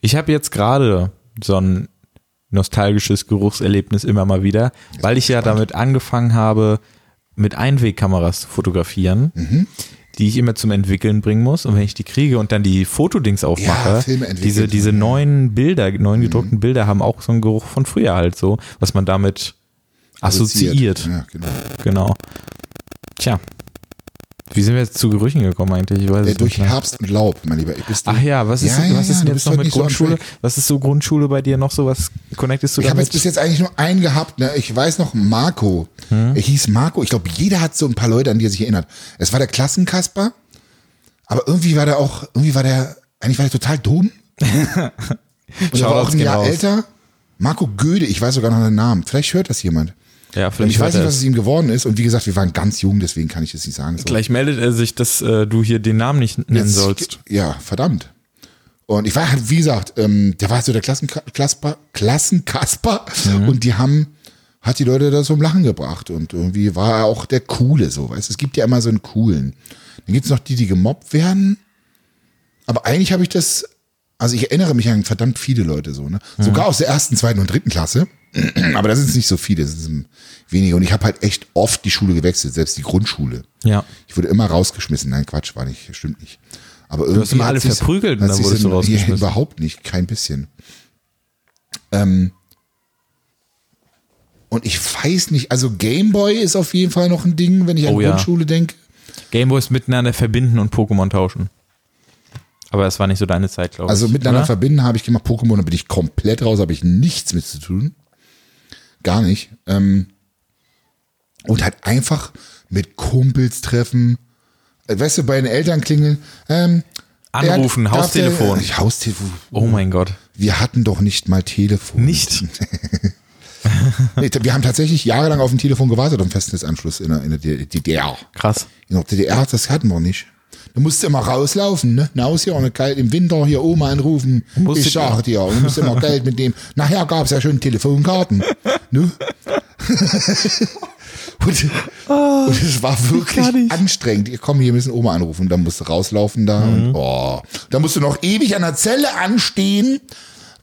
Ich habe jetzt gerade so ein nostalgisches Geruchserlebnis immer mal wieder, weil ich ja damit angefangen habe, mit Einwegkameras zu fotografieren, Mhm. die ich immer zum Entwickeln bringen muss. Und wenn ich die kriege und dann die Fotodings Ja, aufmache, Filme entwickeln. Mhm. diese, diese neuen Bilder, neuen gedruckten Bilder haben auch so einen Geruch von früher halt so, was man damit assoziiert. Ja, genau. Genau. Tja. Wie sind wir jetzt zu Gerüchen gekommen eigentlich? Ich weiß Äh, es durch nicht mehr. Herbst und Laub, mein Lieber. Bist du- Ach ja, was ist, was ist du denn bist jetzt noch heute mit nicht so am Grundschule? Track. was ist so Grundschule bei dir noch so? Was connectest du Ich habe damit? jetzt bis jetzt eigentlich nur einen gehabt. Ne? Ich weiß noch, Marco. Hm? Er hieß Marco. Ich glaube, jeder hat so ein paar Leute, an die er sich erinnert. Es war der Klassenkasper, aber irgendwie war der auch, irgendwie war der, eigentlich war der total dumm. Und er war Shoutouts genau. auch ein Jahr gehen raus. älter. Marco Göde, ich weiß sogar noch den Namen. Vielleicht hört das jemand. ja, Und vielleicht ich weiß hört nicht, er was es. es ihm geworden ist. Und wie gesagt, wir waren ganz jung, deswegen kann ich es nicht sagen. So. Gleich meldet er sich, dass äh, du hier den Namen nicht nennen Jetzt- sollst. Ja, verdammt. Und ich war halt, wie gesagt, ähm, der war so der Klassenka- Klasper, Klassenkasper Mhm. und die haben, hat die Leute da zum Lachen gebracht und irgendwie war er auch der Coole so, weißt du, es gibt ja immer so einen Coolen. Dann gibt's noch die, die gemobbt werden, aber eigentlich habe ich das, also ich erinnere mich an verdammt viele Leute so, ne? Mhm. Sogar aus der ersten, zweiten und dritten Klasse, aber das sind nicht so viele, das sind wenige und ich habe halt echt oft die Schule gewechselt, selbst die Grundschule. Ja. Ich wurde immer rausgeschmissen. Nein, Quatsch, war nicht, stimmt nicht. Aber irgendwie. hast immer hat alle sich's- verprügelt und hat dann sich's wurdest du rausgeschmissen. Ja, überhaupt nicht, kein bisschen. Ähm, und ich weiß nicht, also Gameboy ist auf jeden Fall noch ein Ding, wenn ich an Oh ja. Grundschule denke. Gameboys miteinander verbinden und Pokémon tauschen. Aber das war nicht so deine Zeit, glaube ich. Ne? Also miteinander oder? verbinden habe ich gemacht. Pokémon, da bin ich komplett raus, habe ich nichts mit zu tun. Gar nicht. Ähm, und halt einfach mit Kumpels treffen, Weißt du, bei den Eltern klingeln. Ähm, der hat- Anrufen, darf der- Haustelefon. Äh, Haustelefon. Oh mein Gott. Wir hatten doch nicht mal Telefon. Nicht. Nee, t- wir haben tatsächlich jahrelang auf dem Telefon gewartet am Festnetzanschluss in der, in der DDR. Krass. In der DDR, das hatten wir nicht. Du musst immer rauslaufen, ne? Raus hier und kalt im Winter hier Oma anrufen. Musstet ich sag dir, und du musst immer Geld mit dem. Nachher gab's ja schon Telefonkarten. Ne? und, und es war gar wirklich nicht. anstrengend. Ich, Komm, hier müssen Oma anrufen. Dann musst du rauslaufen da. Und, oh. Dann musst du noch ewig an der Zelle anstehen,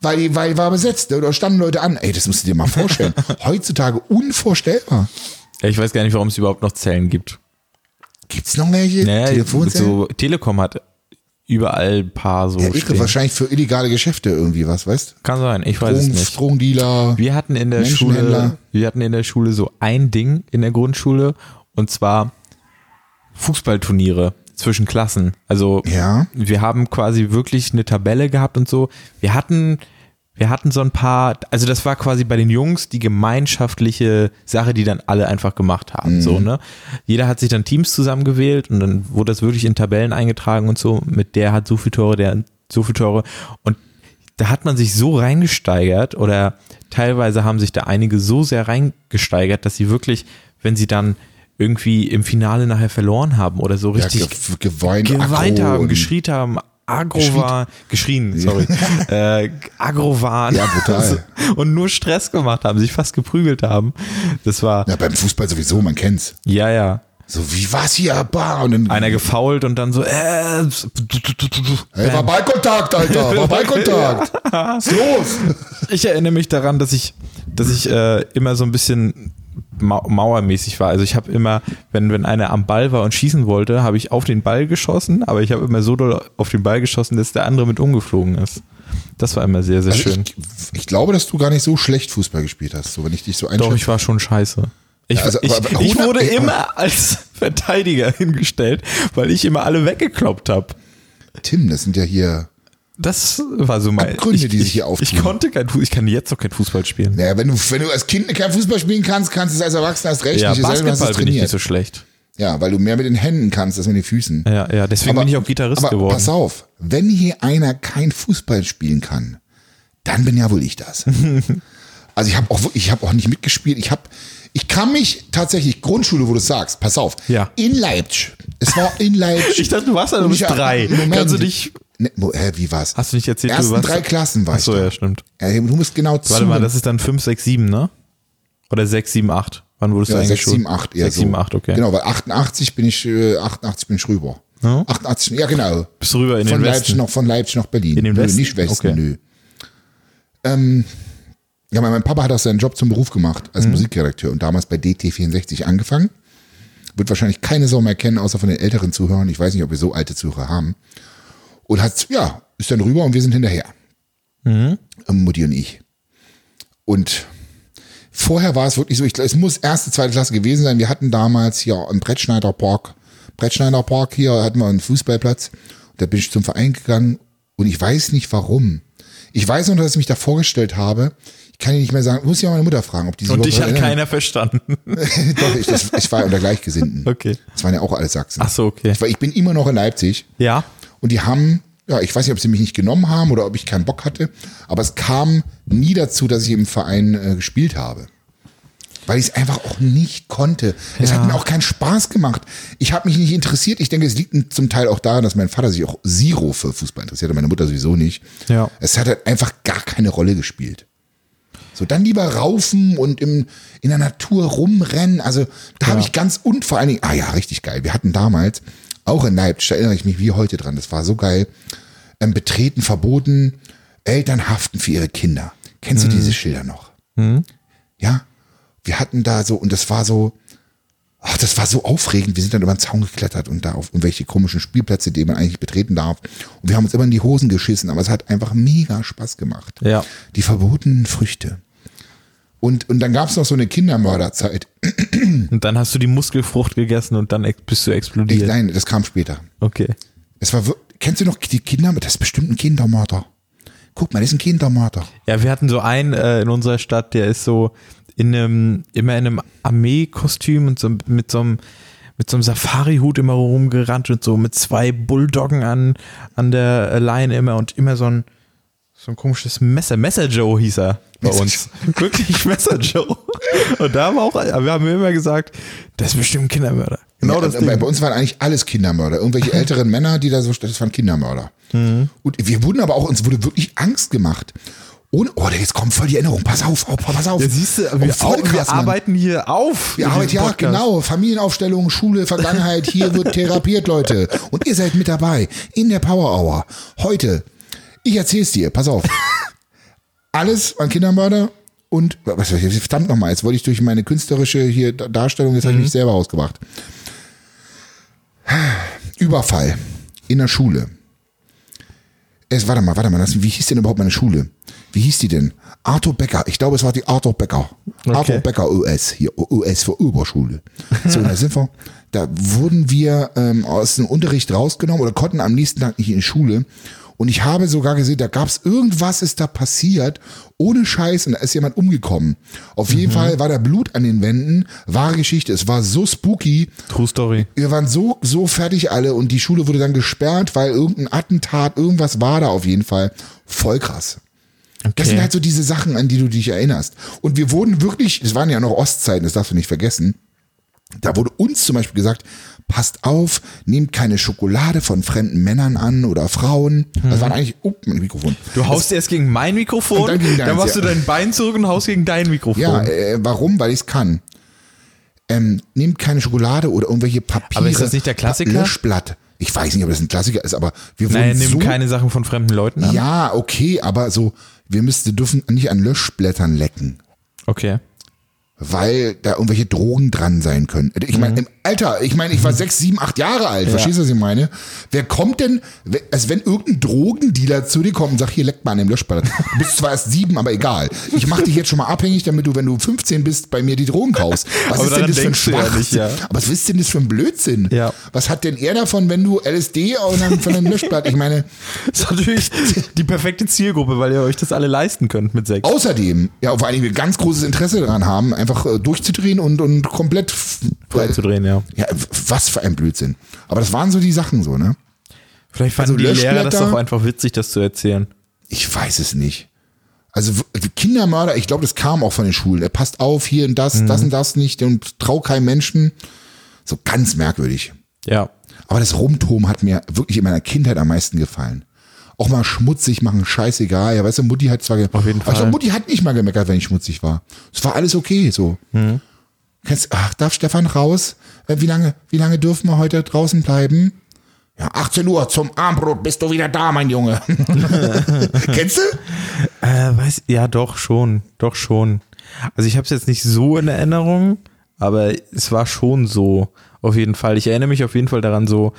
weil die weil die war besetzt. Oder standen Leute an. Ey, das musst du dir mal vorstellen. Heutzutage unvorstellbar. Ja, ich weiß gar nicht, warum es überhaupt noch Zellen gibt. Gibt's noch welche? Naja, Telefonzellen? so Telekom hat überall ein paar so. Ja, irre, stehen. wahrscheinlich für illegale Geschäfte irgendwie was, weißt Kann sein, ich weiß es du? nicht. Drogendealer. Wir hatten in der Schule, Menschenhändler. wir hatten in der Schule so ein Ding in der Grundschule und zwar Fußballturniere zwischen Klassen. Also Ja. wir haben quasi wirklich eine Tabelle gehabt und so. Wir hatten wir hatten so ein paar, also das war quasi bei den Jungs die gemeinschaftliche Sache, die dann alle einfach gemacht haben, so, Mhm. ne? Jeder hat sich dann Teams zusammengewählt und dann wurde das wirklich in Tabellen eingetragen und so, mit der hat so viel Tore, der hat so viel Tore und da hat man sich so reingesteigert oder teilweise haben sich da einige so sehr reingesteigert, dass sie wirklich, wenn sie dann irgendwie im Finale nachher verloren haben oder so Ja, richtig ge geweint, geweint aggro haben, und- geschrien haben, agro Geschrien. war, geschrien, sorry, äh, agro waren Ja, brutal. und nur Stress gemacht haben, sich fast geprügelt haben. Das war, Na, beim Fußball sowieso, man kennt's. ja, ja. So, wie war's hier? Bah, und dann, Einer gefault und dann so, äh, Ey, war Ballkontakt, Alter, war Ballkontakt. Was los? Ich erinnere mich daran, dass ich, dass ich äh, immer so ein bisschen mau mauermäßig war. Also ich habe immer, wenn, wenn einer am Ball war und schießen wollte, habe ich auf den Ball geschossen, aber ich habe immer so doll auf den Ball geschossen, dass der andere mit umgeflogen ist. Das war immer sehr, sehr Also schön. ich, ich glaube, dass du gar nicht so schlecht Fußball gespielt hast, so wenn ich dich so Doch, einschätze. ich war schon scheiße. Ich, Also, ich, aber- aber ich 100 wurde äh, immer als Verteidiger hingestellt, weil ich immer alle weggekloppt habe. Tim, das sind ja hier. Das war so mein. Abgründe, ich, die sich hier ich- auftun. Ich konnte kein Fußball, ich kann jetzt doch kein Fußball spielen. Naja, wenn du, wenn du als Kind kein Fußball spielen kannst, kannst du es als Erwachsener erst recht ja, nicht. es sei denn, du hast es Basketball bin ich trainiert. nicht so schlecht. Ja, weil du mehr mit den Händen kannst als mit den Füßen. Ja, ja, deswegen bin ich auch Gitarrist aber geworden. Pass auf, wenn hier einer kein Fußball spielen kann, dann bin ja wohl ich das. also ich habe auch wirklich- ich habe auch nicht mitgespielt. Ich habe ich kann mich tatsächlich Grundschule, wo du sagst, pass auf. Ja. In Leipzig. Es war in Leipzig. Ich dachte, du warst ja nur Und bis ich- drei. Moment. Kannst du dich- Ne, wo, hä, wie war's? Hast du nicht erzählt, du Ersten warst- drei Klassen war Achso, ich. da. ja, stimmt. Ja, du musst genau zu. Warte mal, das ist dann 5, 6, 7, ne? Oder 6, 7, 8. Wann wurdest du ja, 6, eingeschult? 7, 8 eher 6, so. 7, 8, okay. Genau, weil 88 bin ich, äh, 88 bin ich rüber. 88, ja genau. Bist du rüber in von den Leipzig Westen? nach von Leipzig nach Berlin. In den nö, Westen? nicht Westen, Okay. nö. Ähm, ja, mein, mein Papa hat auch seinen Job zum Beruf gemacht als Mhm. Musikredakteur und damals bei DT64 angefangen. Wird wahrscheinlich keine Sau mehr kennen, außer von den älteren Zuhörern. Ich weiß nicht, ob wir so alte Zuhörer haben. Und hat, ja, ist dann rüber und wir sind hinterher. Ähm, Mutti und ich. Und vorher war es wirklich so, ich, glaub, es muss erste, zweite Klasse gewesen sein. Wir hatten damals hier im Brettschneider Park, Brettschneider Park hier hatten wir einen Fußballplatz. Da bin ich zum Verein gegangen und ich weiß nicht warum. Ich weiß nur, dass ich mich da vorgestellt habe. Ich kann dir nicht mehr sagen, muss ja meine Mutter fragen, ob die sich Und dich hat überhaupt erinnern. keiner verstanden. Doch, ich, das, ich war unter Gleichgesinnten. Okay. Das waren ja auch alle Sachsen. Ach so, okay. Ich, war, ich bin immer noch in Leipzig. Ja. Und die haben, ja, ich weiß nicht, ob sie mich nicht genommen haben oder ob ich keinen Bock hatte, aber es kam nie dazu, dass ich im Verein äh, gespielt habe. Weil ich es einfach auch nicht konnte. Es hat mir auch keinen Spaß gemacht. Ich habe mich nicht interessiert. Ich denke, es liegt zum Teil auch daran, dass mein Vater sich auch Zero für Fußball interessierte, meine Mutter sowieso nicht. Ja. Es hat halt einfach gar keine Rolle gespielt. So, dann lieber raufen und im, in der Natur rumrennen. Also, da habe ich ganz und vor allen Dingen, ah ja, richtig geil. Wir hatten damals, auch in Leipzig, da erinnere ich mich wie heute dran, das war so geil. Ähm, betreten, verboten, Eltern haften für ihre Kinder. Kennst du diese Schilder noch? Ja. Wir hatten da so, und das war so, ach, das war so aufregend. Wir sind dann über den Zaun geklettert und da auf irgendwelche komischen Spielplätze, die man eigentlich betreten darf. Und wir haben uns immer in die Hosen geschissen, aber es hat einfach mega Spaß gemacht. Ja. Die verbotenen Früchte. Und, und dann gab es noch so eine Kindermörderzeit. Und dann hast du die Muskelfrucht gegessen und dann ex- bist du Ich, explodiert. nein, das kam später. Okay. Es war, wir- kennst du noch die Kinder? Das ist bestimmt ein Kindermörder. Guck mal, das ist ein Kindermörder. Ja, wir hatten so einen äh, in unserer Stadt, der ist so in einem, immer in einem Armeekostüm und so mit so einem, mit so einem Safari-Hut immer rumgerannt und so mit zwei Bulldoggen an, an der äh, Leine immer und immer so ein, so ein komisches Messer. Messer Joe hieß er bei Messer uns. Wirklich Messer Joe. Und da haben wir auch, wir haben immer gesagt, das ist bestimmt ein Kindermörder. Genau Ja, das bei, bei Ding. uns waren eigentlich alles Kindermörder. Irgendwelche älteren Männer, die da so, das waren Kindermörder. Mhm. Und wir wurden aber auch, uns wurde wirklich Angst gemacht. Ohne, oh, jetzt kommen voll die Erinnerungen. Pass auf, oh, pass auf. Ja, siehst du, Oh, wir, voll au- wir krass, Mann. arbeiten hier auf. Wir in arbeiten, diesem ja, Podcast. genau. Familienaufstellung, Schule, Vergangenheit. Hier wird therapiert, Leute. Und ihr seid mit dabei in der Power Hour. Heute, ich erzähl's dir, pass auf. Alles an Kindermörder und, was, was verdammt nochmal, jetzt wollte ich durch meine künstlerische hier Dar- Darstellung, jetzt habe Mhm. ich mich selber ausgemacht. Überfall in der Schule. Es, warte mal, warte mal, lass mich- wie hieß denn überhaupt meine Schule? Wie hieß die denn? Arthur Becker. Ich glaube, es war die Arthur Becker. Arthur Becker US, hier U- US für Oberschule. So, da sind wir. Da wurden wir ähm, aus dem Unterricht rausgenommen oder konnten am nächsten Tag nicht in die Schule. Und ich habe sogar gesehen, da gab es irgendwas ist da passiert, ohne Scheiß, und da ist jemand umgekommen. Auf jeden Fall war da Blut an den Wänden, wahre Geschichte. Es war so spooky, True Story. wir waren so, so fertig alle und die Schule wurde dann gesperrt, weil irgendein Attentat, irgendwas war da auf jeden Fall. Voll krass. Das sind halt so diese Sachen, an die du dich erinnerst. Und wir wurden wirklich, es waren ja noch Ostzeiten, das darfst du nicht vergessen. Da wurde uns zum Beispiel gesagt, passt auf, nehmt keine Schokolade von fremden Männern an oder Frauen. Das waren eigentlich, oh, mein Mikrofon. Du haust erst gegen mein Mikrofon, Und dann gegen dann, deins, machst ja. du dein Bein zurück und haust gegen dein Mikrofon. Ja, äh, warum? Weil ich es kann. Ähm, nehmt keine Schokolade oder irgendwelche Papiere. Aber ist das nicht der Klassiker? Löschblatt. Ich weiß nicht, ob das ein Klassiker ist, aber wir wurden Nein, nimm ne? so keine Sachen von fremden Leuten an. Ja, okay, aber so, wir müssen, wir dürfen nicht an Löschblättern lecken, Okay. weil da irgendwelche Drogen dran sein können. Ich Mhm. meine, im Alter, ich meine, ich war sechs, sieben, acht Jahre alt, verstehst du, was ich meine? Wer kommt denn, we- als wenn irgendein Drogendealer zu dir kommt und sagt, hier leck mal an dem Löschblatt. Du bist zwar erst sieben, aber egal. Ich mach dich jetzt schon mal abhängig, damit du, wenn du 15 bist, bei mir die Drogen kaufst. Was Aber ist denn daran das für ein denkst du ja nicht, Schwachsinn? ja. Aber was ist denn das für ein Blödsinn? Ja. Was hat denn er davon, wenn du LSD und dann von einem Löschblatt? Ich meine, Das ist natürlich die perfekte Zielgruppe, weil ihr euch das alle leisten könnt mit sechs. Außerdem, ja, vor allen Dingen wir ganz großes Interesse daran haben, einfach äh, durchzudrehen und, und komplett f- Freizudrehen, ja. Ja, f- was für ein Blödsinn. Aber das waren so die Sachen so, ne? Vielleicht Also fanden die Lehrer das Löschblätter- doch einfach witzig, das zu erzählen. Ich weiß es nicht. Also w- Kindermörder, ich glaube, das kam auch von den Schulen. Er passt auf, hier und das, das und das nicht und trau keinem Menschen. So ganz merkwürdig. Ja. Aber das Rumtoben hat mir wirklich in meiner Kindheit am meisten gefallen. Auch mal schmutzig machen, scheißegal. Ja, weißt du, Mutti hat zwar ge- Auf jeden Aber ich Fall. glaub, Mutti hat nicht mal gemeckert, wenn ich schmutzig war. Es war alles okay, so. Mhm. Kennst, ach, darf Stefan raus? Äh, Wie lange, wie lange dürfen wir heute draußen bleiben? Ja, 18 Uhr zum Armbrot bist du wieder da, mein Junge. Kennst du? Äh, weiß, ja, doch, schon. Doch, schon. Also ich habe es jetzt nicht so in Erinnerung, aber es war schon so. Auf jeden Fall. Ich erinnere mich auf jeden Fall daran so,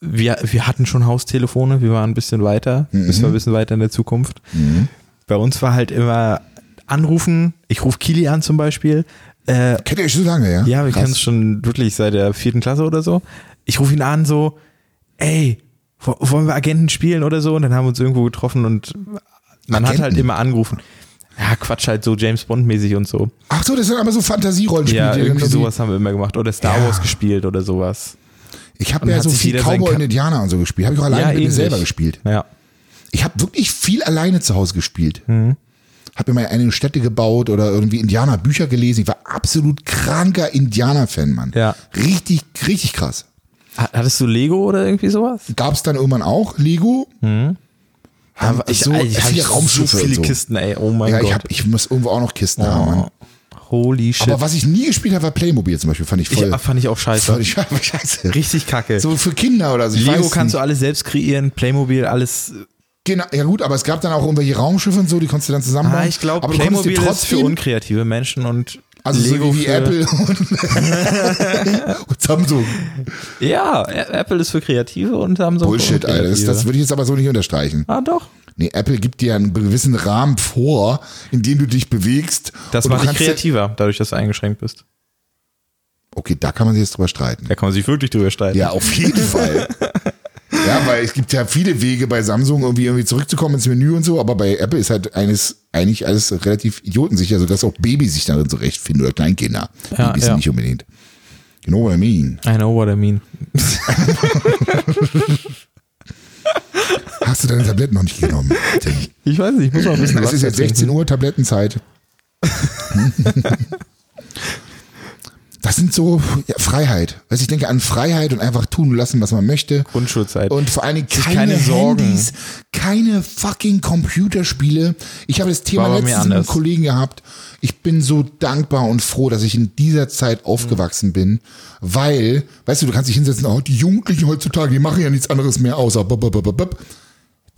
wir, wir hatten schon Haustelefone, wir waren ein bisschen weiter, bis wir ein bisschen weiter in der Zukunft. Bei uns war halt immer anrufen, ich rufe Kili an zum Beispiel, äh, Kennt ihr euch so lange, ja? Ja, wir Krass. kennen es schon wirklich seit der vierten Klasse oder so. Ich rufe ihn an, so, ey, wo- wollen wir Agenten spielen oder so? Und dann haben wir uns irgendwo getroffen und man hat Agenten? halt immer angerufen. Ja, Quatsch halt so James Bond-mäßig und so. Ach so, das sind aber so Fantasierollenspiele. Ja, die dann irgendwie so wie- sowas haben wir immer gemacht. Oder Star Ja. Wars gespielt oder sowas. Ich habe Und ja hat so sich viel jeder seinen Cowboy Ka- und Indianer und so gespielt. Habe ich auch alleine ja, mit mir ähnlich. selber gespielt. Ja. Ich habe wirklich viel alleine zu Hause gespielt. Mhm. Hab mir mal eine Städte gebaut oder irgendwie Indianerbücher gelesen. Ich war absolut kranker Indianer-Fan, Mann. Ja. Richtig, richtig krass. Hat- Hattest du Lego oder irgendwie sowas? Gab es dann irgendwann auch Lego? Haben so Alter, hab viele Raumschiffe so viele und so. Kisten, ey. Oh mein Ja, Gott. Oh. ich, hab, ich muss irgendwo auch noch Kisten haben, Mann. Holy shit. Aber was ich nie gespielt habe, war Playmobil zum Beispiel. Fand ich voll. ich, fand ich auch scheiße. voll scheiße. Richtig kacke. So für Kinder oder so. Ich Lego weiß kannst nicht. du alles selbst kreieren, Playmobil, alles Genau, ja gut, aber es gab dann auch irgendwelche Raumschiffe und so, die konntest du dann zusammenbauen. Ah, ich glaube, aber du konntest dir Playmobil ist für trotzdem- unkreative Menschen und Also Lego so wie, wie für, Apple und, und Samsung. Ja, A- Apple ist für Kreative und Samsung Bullshit, für Alter. Das, unkreative. das würde ich jetzt aber so nicht unterstreichen. ah, doch. Nee, Apple gibt dir einen gewissen Rahmen vor, in dem du dich bewegst. Das und du macht dich kannst dir- kreativer, dadurch, dass du eingeschränkt bist. Okay, da kann man sich jetzt drüber streiten. Da kann man sich wirklich drüber streiten. Ja, auf jeden Fall. Ja, weil es gibt ja viele Wege bei Samsung irgendwie, irgendwie zurückzukommen ins Menü und so, aber bei Apple ist halt eines, eigentlich alles relativ idiotensicher, sodass auch Babys sich darin zurechtfinden oder Kleinkinder. Ja, Babys ja. nicht unbedingt. You know what I mean? I know what I mean. Hast du deine Tabletten noch nicht genommen? Tim? Ich weiß nicht, ich muss mal ein bisschen Es ist jetzt 16 Uhr Tablettenzeit. Das sind so ja, Freiheit. Also ich denke an Freiheit und einfach tun und lassen, was man möchte. Grundschulzeit. Und vor allen Dingen Sich keine, keine Sorgen. Handys, keine fucking Computerspiele. Ich habe das War Thema bei mir letztens mit einem anders. Kollegen gehabt. Ich bin so dankbar und froh, dass ich in dieser Zeit aufgewachsen bin, weil, weißt du, du kannst dich hinsetzen, oh, die Jugendlichen heutzutage, die machen ja nichts anderes mehr außer. bop, bop, bop, bop, bop.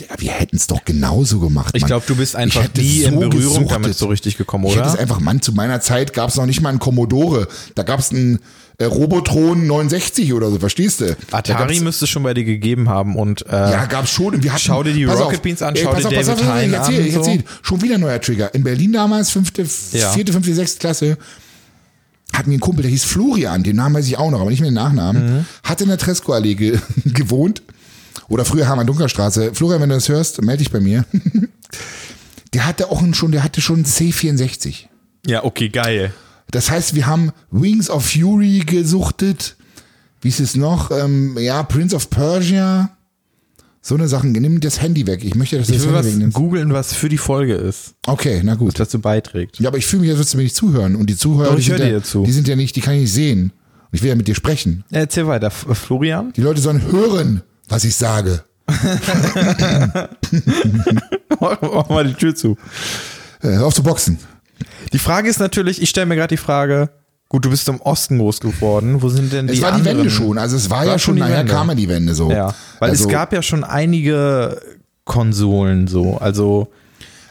Der- Wir hätten es doch genauso gemacht. Ich Mann. glaube, du bist einfach Ich hätte nie in so Berührung gesuchtet. damit so richtig gekommen, Ich hätte es oder? einfach, Mann, zu meiner Zeit gab es noch nicht mal einen Commodore. Da gab es einen äh, Robotron 69 oder so, verstehst du? Da Atari gab's- müsste es schon bei dir gegeben haben und äh, ja, gab's schon. Wir hatten, Schau dir die pass Rocket Beans an, Ey, schau pass dir auf, pass auf, David pass auf, Hein ich erzähl, an, Ich so. erzähl, schon wieder neuer Trigger. In Berlin damals, fünfte, f- Ja. vierte, fünfte, sechste Klasse, hatten wir einen Kumpel, der hieß Florian, den Namen weiß ich auch noch, aber nicht mehr den Nachnamen, Mhm. hat in der Tresco-Allee ge gewohnt. Oder früher Hamann Dunkerstraße. Florian, wenn du das hörst, melde dich bei mir. der hatte auch einen schon, der hatte schon einen C64. ja, okay, geil. Das heißt, wir haben Wings of Fury gesuchtet. Wie ist es noch? Ähm, ja, Prince of Persia. So eine Sachen. Nimm das Handy weg. Ich möchte, dass du Ich das will Handy was wegnimmst. googeln, was für die Folge ist, Okay, na gut. dazu beiträgt. Ja, aber ich fühle mich, als würdest du mir nicht zuhören. Und die Zuhörer, Doch, ich die, sind höre ja, dir zu. die sind ja nicht, die kann ich nicht sehen. Und ich will ja mit dir sprechen. Erzähl weiter, F- äh, Florian. Die Leute sollen hören, was ich sage. Mach mach mal die Tür zu. Äh, hör auf zu boxen. Die Frage ist natürlich, ich stelle mir gerade die Frage, gut, du bist im Osten groß geworden, wo sind denn die Es war die anderen? Wende schon. Also es war, War ja schon schon, die nachher Wende. kamen die Wende so. Ja, weil also, es gab ja schon einige Konsolen so, also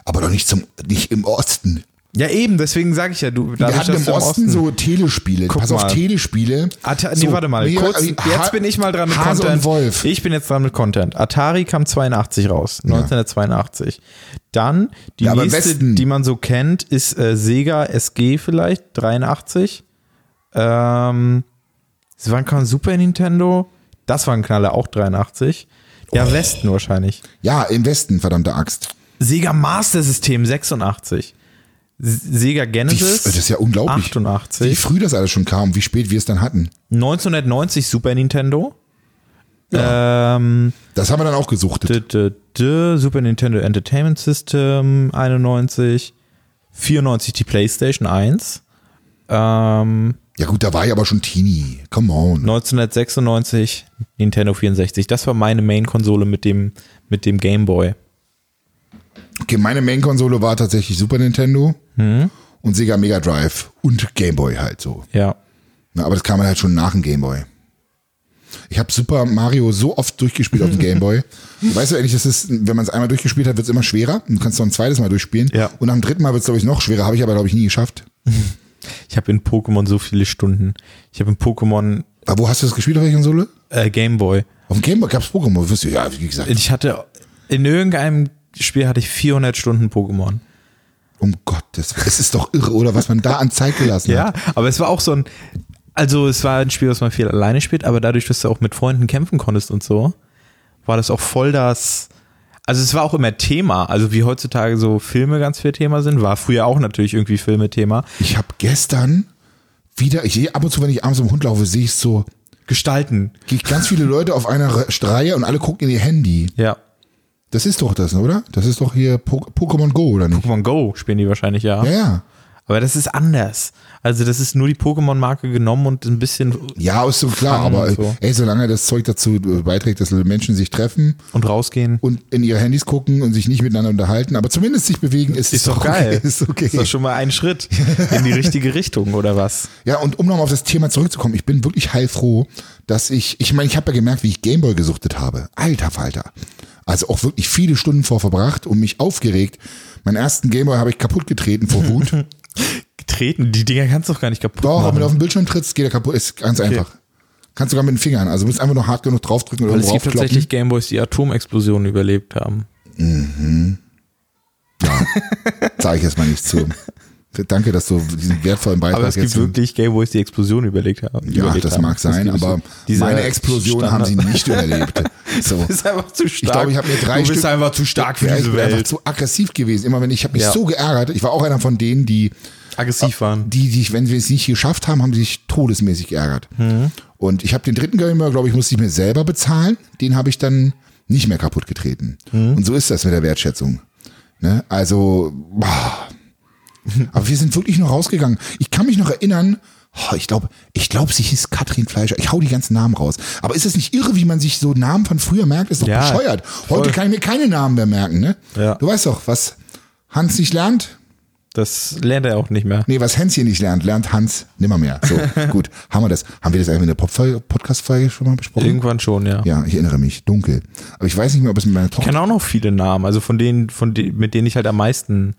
Aber doch nicht zum, nicht im Osten. ja eben, deswegen sage ich ja, du Wir dadurch, hatten dass im du Osten, so Telespiele. Guck Pass auf, mal. Telespiele. Atari, nee, so, warte mal, nee, kurz, also, Ha- jetzt bin ich mal dran mit Hase Content. Und Wolf. Ich bin jetzt dran mit Content. Atari kam 82 raus, 1982. Dann die Ja, aber im nächste, Westen. die man so kennt, ist äh, Sega SG vielleicht, 83. Ähm, wann kam Super Nintendo? Das war ein Knaller, auch 83. Ja, Oh. Westen wahrscheinlich. Ja, im Westen, verdammte Axt. Sega Master System 86. S- Sega Wie, Genesis das ist ja unglaublich. Wie 88. früh das alles schon kam, wie spät wir es dann hatten. 1990 Super Nintendo. Ähm, Das haben wir dann auch gesuchtet. d -d -d, Super Nintendo Entertainment System 91. 94 die PlayStation 1. Ähm, Ja gut, da war ich aber schon Teenie. Come on. 1996 Nintendo 64. Das war meine Main-Konsole mit dem, mit dem Game Boy. Okay, meine Main-Konsole war tatsächlich Super Nintendo Mhm. und Sega Mega Drive und Game Boy halt so. Ja. Na, aber das kam halt schon nach dem Game Boy. Ich habe Super Mario so oft durchgespielt auf dem Game Boy. Weißt du eigentlich, das ist, wenn man es einmal durchgespielt hat, wird es immer schwerer. Du kannst noch ein zweites Mal durchspielen. Ja. Und am dritten Mal wird es, glaube ich, noch schwerer. Habe ich aber, glaube ich, nie geschafft. Ich habe in Pokémon so viele Stunden. Ich habe in Pokémon Aber wo hast du das gespielt, auf welcher Konsole? äh, Game Boy. Auf dem Game Boy gab es Pokémon. Wirst du, ja, wie gesagt, Ich hatte in irgendeinem Spiel hatte ich 400 Stunden Pokémon. um Gottes Willen. Es ist doch irre, oder? Was man da an Zeit gelassen hat. Ja, aber es war auch so ein, also es war ein Spiel, was man viel alleine spielt, aber dadurch, dass du auch mit Freunden kämpfen konntest und so, war das auch voll das, also es war auch immer Thema, also wie heutzutage so Filme ganz viel Thema sind, war früher auch natürlich irgendwie Filme Thema. Ich habe gestern wieder, ich sehe ab und zu, wenn ich abends im Hund laufe, sehe ich so, Gestalten. gehe ich ganz viele Leute auf einer Re- Reihe und alle gucken in ihr Handy. Ja. Das ist doch das, oder? Das ist doch hier po Pokémon Go, oder nicht? Pokémon Go spielen die wahrscheinlich, ja. Ja, ja. Aber das ist anders. Also das ist nur die Pokémon-Marke genommen und ein bisschen Ja, ist so klar, Fun aber äh, und so. ey, solange das Zeug dazu äh, beiträgt, dass Menschen sich treffen und rausgehen. und in ihre Handys gucken und sich nicht miteinander unterhalten, aber zumindest sich bewegen, ist, Ist doch geil. Okay, ist okay. Ist doch schon mal ein Schritt in die richtige Richtung, oder was? Ja, und um nochmal auf das Thema zurückzukommen, ich bin wirklich heilfroh, dass ich, ich meine, ich habe ja gemerkt, wie ich Gameboy gesuchtet habe. Alter Falter. Also auch wirklich viele Stunden vor verbracht und mich aufgeregt. Meinen ersten Gameboy habe ich kaputt getreten vor Wut. Getreten, die Dinger kannst du doch gar nicht kaputt Doch, wenn machen. du auf den Bildschirm trittst, geht er kaputt. Ist ganz einfach. Kannst sogar mit den Fingern. Also musst einfach nur hart genug draufdrücken oder Weil es irgendwo gibt aufkloppen. tatsächlich Gameboys, die Atomexplosionen überlebt haben. Zeige ich jetzt mal nicht zu. Danke, dass du diesen wertvollen Beitrag Aber es gibt jetzt wirklich Gameboys, die Explosionen überlegt haben. ja, überlebt das haben. mag sein, gibt es aber so. Dieser meine Explosion haben sie nicht überlebt. So. Du bist einfach zu stark. Ich glaube, ich habe mir drei Du bist Stück- einfach zu stark für Ja, ich diese bin einfach Welt. zu aggressiv gewesen. Immer wenn ich habe mich Ja. so geärgert. Ich war auch einer von denen, die Aggressiv waren. die, die, wenn sie es nicht geschafft haben, haben sie sich todesmäßig geärgert. Mhm. Und ich habe den dritten Gamer, glaube ich, musste ich mir selber bezahlen. Den habe ich dann nicht mehr kaputt getreten. Mhm. Und so ist das mit der Wertschätzung. Ne? Also, boah. aber wir sind wirklich noch rausgegangen. Ich kann mich noch erinnern, oh, ich glaube, ich glaube, sie hieß Katrin Fleischer. Ich hau die ganzen Namen raus. Aber ist es nicht irre, wie man sich so Namen von früher merkt? Ist doch Ja, bescheuert. Heute voll. kann ich mir keine Namen mehr merken, ne? Ja. Du weißt doch, was Hans nicht lernt, Das lernt er auch nicht mehr. Nee, was Hans hier nicht lernt, lernt Hans nimmermehr. So, gut. Haben wir das? Haben wir das eigentlich in der Pop- Podcast-Folge schon mal besprochen? Irgendwann schon, ja. ja, ich erinnere mich. Dunkel. Aber ich weiß nicht mehr, ob es mit meiner Ich Tochter. kenne auch noch viele Namen, also von denen, von de mit denen ich halt am meisten.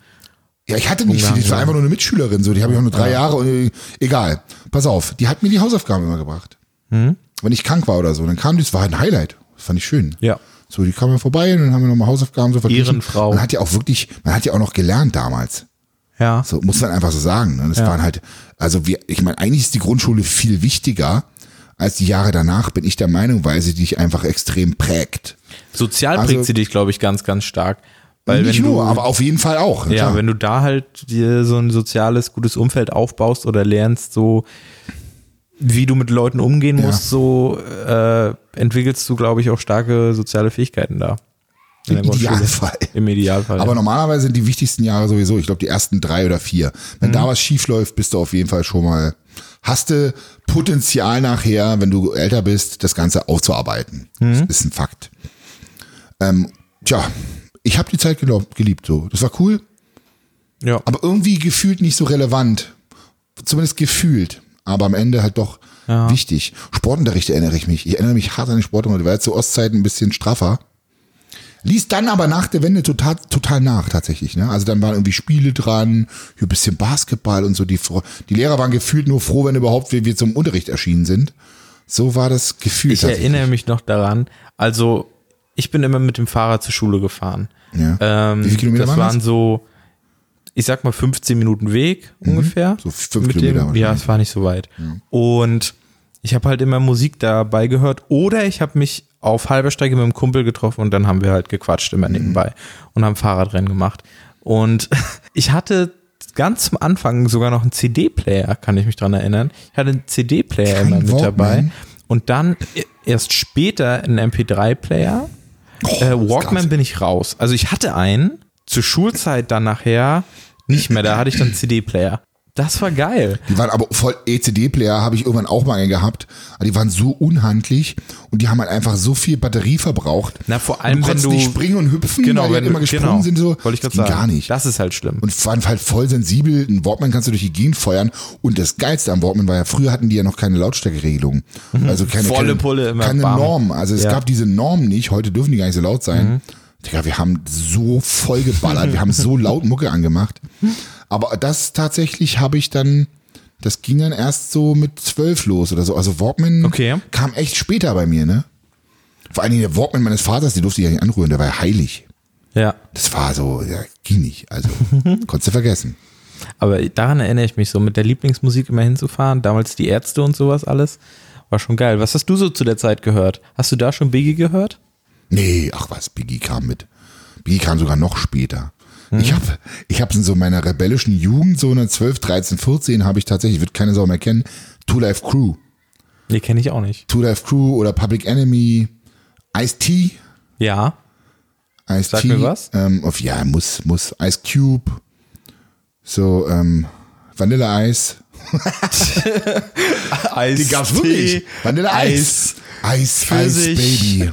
ja, ich hatte nicht viel. Ich war einfach nur eine Mitschülerin. So, die habe ich auch nur drei Jahre. Und, äh, egal. Pass auf. Die hat mir die Hausaufgaben immer gebracht. Hm? Wenn ich krank war oder so, dann kam die. Das war halt ein Highlight. Das fand ich schön. Ja. So, die kam ja vorbei und dann haben wir nochmal Hausaufgaben so verglichen. Ehrenfrau. Man hat ja auch wirklich, man hat ja auch noch gelernt damals. Ja. So, muss man einfach so sagen. ne? Und es waren halt, also wir, ich meine, eigentlich ist die Grundschule viel wichtiger als die Jahre danach, bin ich der Meinung, weil sie dich einfach extrem prägt. Sozial Also- prägt sie dich, glaube ich, ganz, ganz stark. Weil Nicht wenn du, nur, aber auf jeden Fall auch. ja, klar. wenn du da halt dir so ein soziales, gutes Umfeld aufbaust oder lernst, so wie du mit Leuten umgehen Ja. musst, so äh, entwickelst du, glaube ich, auch starke soziale Fähigkeiten da. In Im Grundschule. Idealfall. Im Idealfall. aber ja. normalerweise sind die wichtigsten Jahre sowieso, ich glaube, die ersten drei oder vier. Mhm. Wenn da was schief läuft, bist du auf jeden Fall schon mal, hast du Potenzial nachher, wenn du älter bist, das Ganze aufzuarbeiten. Mhm. Das ist ein Fakt. Ähm, tja, ich habe die Zeit geliebt, geliebt so. Das war cool. ja. aber irgendwie gefühlt nicht so relevant. Zumindest gefühlt, aber am Ende halt doch wichtig. Sportunterricht erinnere ich mich. Ich erinnere mich hart an den Sportunterricht, war ja zu Ostzeiten ein bisschen straffer. Ließ dann aber nach der Wende total, total nach, tatsächlich. Ne? Also dann waren irgendwie Spiele dran, hier ein bisschen Basketball und so. Die, Fro- die Lehrer waren gefühlt nur froh, wenn überhaupt wir, wir zum Unterricht erschienen sind. So war das Gefühl. Ich erinnere mich noch daran. Also, ich bin immer mit dem Fahrrad zur Schule gefahren. Ja. Ähm, Wie viele Kilometer das waren das? waren so, ich sag mal, 15 Minuten Weg ungefähr. Mhm. So fünf Mit Kilometer Dem, ja, wahrscheinlich. es war nicht so weit. Und ich habe halt immer Musik dabei gehört oder ich habe mich auf halber Strecke mit einem Kumpel getroffen und dann haben wir halt gequatscht immer Mhm. nebenbei und haben Fahrradrennen gemacht. Und ich hatte ganz zum Anfang sogar noch einen CD-Player, kann ich mich dran erinnern. Ich hatte einen CD-Player Kein immer mit Walkman. dabei und dann e-, erst später einen MP3-Player. Äh, Walkman bin ich raus. Also ich hatte einen, zur Schulzeit dann nachher nicht mehr. Da hatte ich dann CD-Player. Das war geil. Die waren aber voll E ECD-Player, habe ich irgendwann auch mal gehabt. Aber die waren so unhandlich und die haben halt einfach so viel Batterie verbraucht. Na, vor du allem, wenn konntest du. nicht springen und hüpfen, weil die halt wenn immer du- gesprungen genau, sind. So. Wollte ich Das gerade ging sagen. Gar nicht. Das ist halt schlimm. Und waren halt voll sensibel. Ein Walkman kannst du durch die Gegend feuern. Und das Geilste am Walkman war ja, früher hatten die ja noch keine Lautstärkeregelung. Also keine, Mhm. Volle keine, Pulle immer, keine bam. Norm. Also es Ja. Mhm. gab diese Norm nicht. Heute dürfen die gar nicht so laut sein. Digga, wir haben so voll geballert. wir haben so laut Mucke angemacht. Aber das tatsächlich habe ich dann, das ging dann erst so mit zwölf los oder so. Also Walkman Okay. kam echt später bei mir, ne? Vor allen Dingen der Walkman meines Vaters, den durfte ich ja nicht anrühren, der war ja heilig. ja. Das war so, ja, ging nicht. Also, konntest du vergessen. Aber daran erinnere ich mich so, mit der Lieblingsmusik immer hinzufahren. Damals die Ärzte und sowas alles. War schon geil. Was hast du so zu der Zeit gehört? Hast du da schon Biggie gehört? Nee, ach was, Biggie kam mit. Biggie kam sogar noch später. Hm? Ich habe ich hab in so meiner rebellischen Jugend, so in 12, 13, 14, habe ich tatsächlich, wird keine Sau mehr kennen, Two Life Crew. Nee, kenne ich auch nicht. Two Life Crew oder Public Enemy, Ice-T. Ja. Ice Sag mir was. Ähm, auf, ja, muss, muss. Ice Cube. So, ähm, Vanilleeis. Eis. Die gab's wirklich. Vanilleeis. Eis, Eis, Pfirsich. Baby.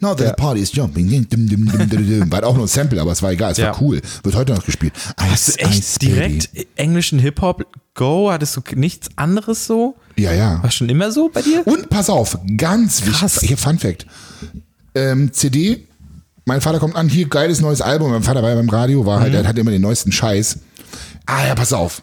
Now that party is jumping. Dum, dum, dum, dum, dum, dum. War auch nur ein Sample, aber es war egal. Es Ja. war cool. Wird heute noch gespielt. Eis, Hast du echt Eis, direkt englischen Hip-Hop? Go? Hattest du nichts anderes so? Baby. Ja, ja. War schon immer so bei dir? Und pass auf, ganz Krass. wichtig. Hier, Fun Fact. Ähm, CD. Mein Vater kommt an, hier, geiles neues Album. Mein Vater war ja beim Radio, war Mhm. halt, er hat immer den neuesten Scheiß. Ah ja, pass auf.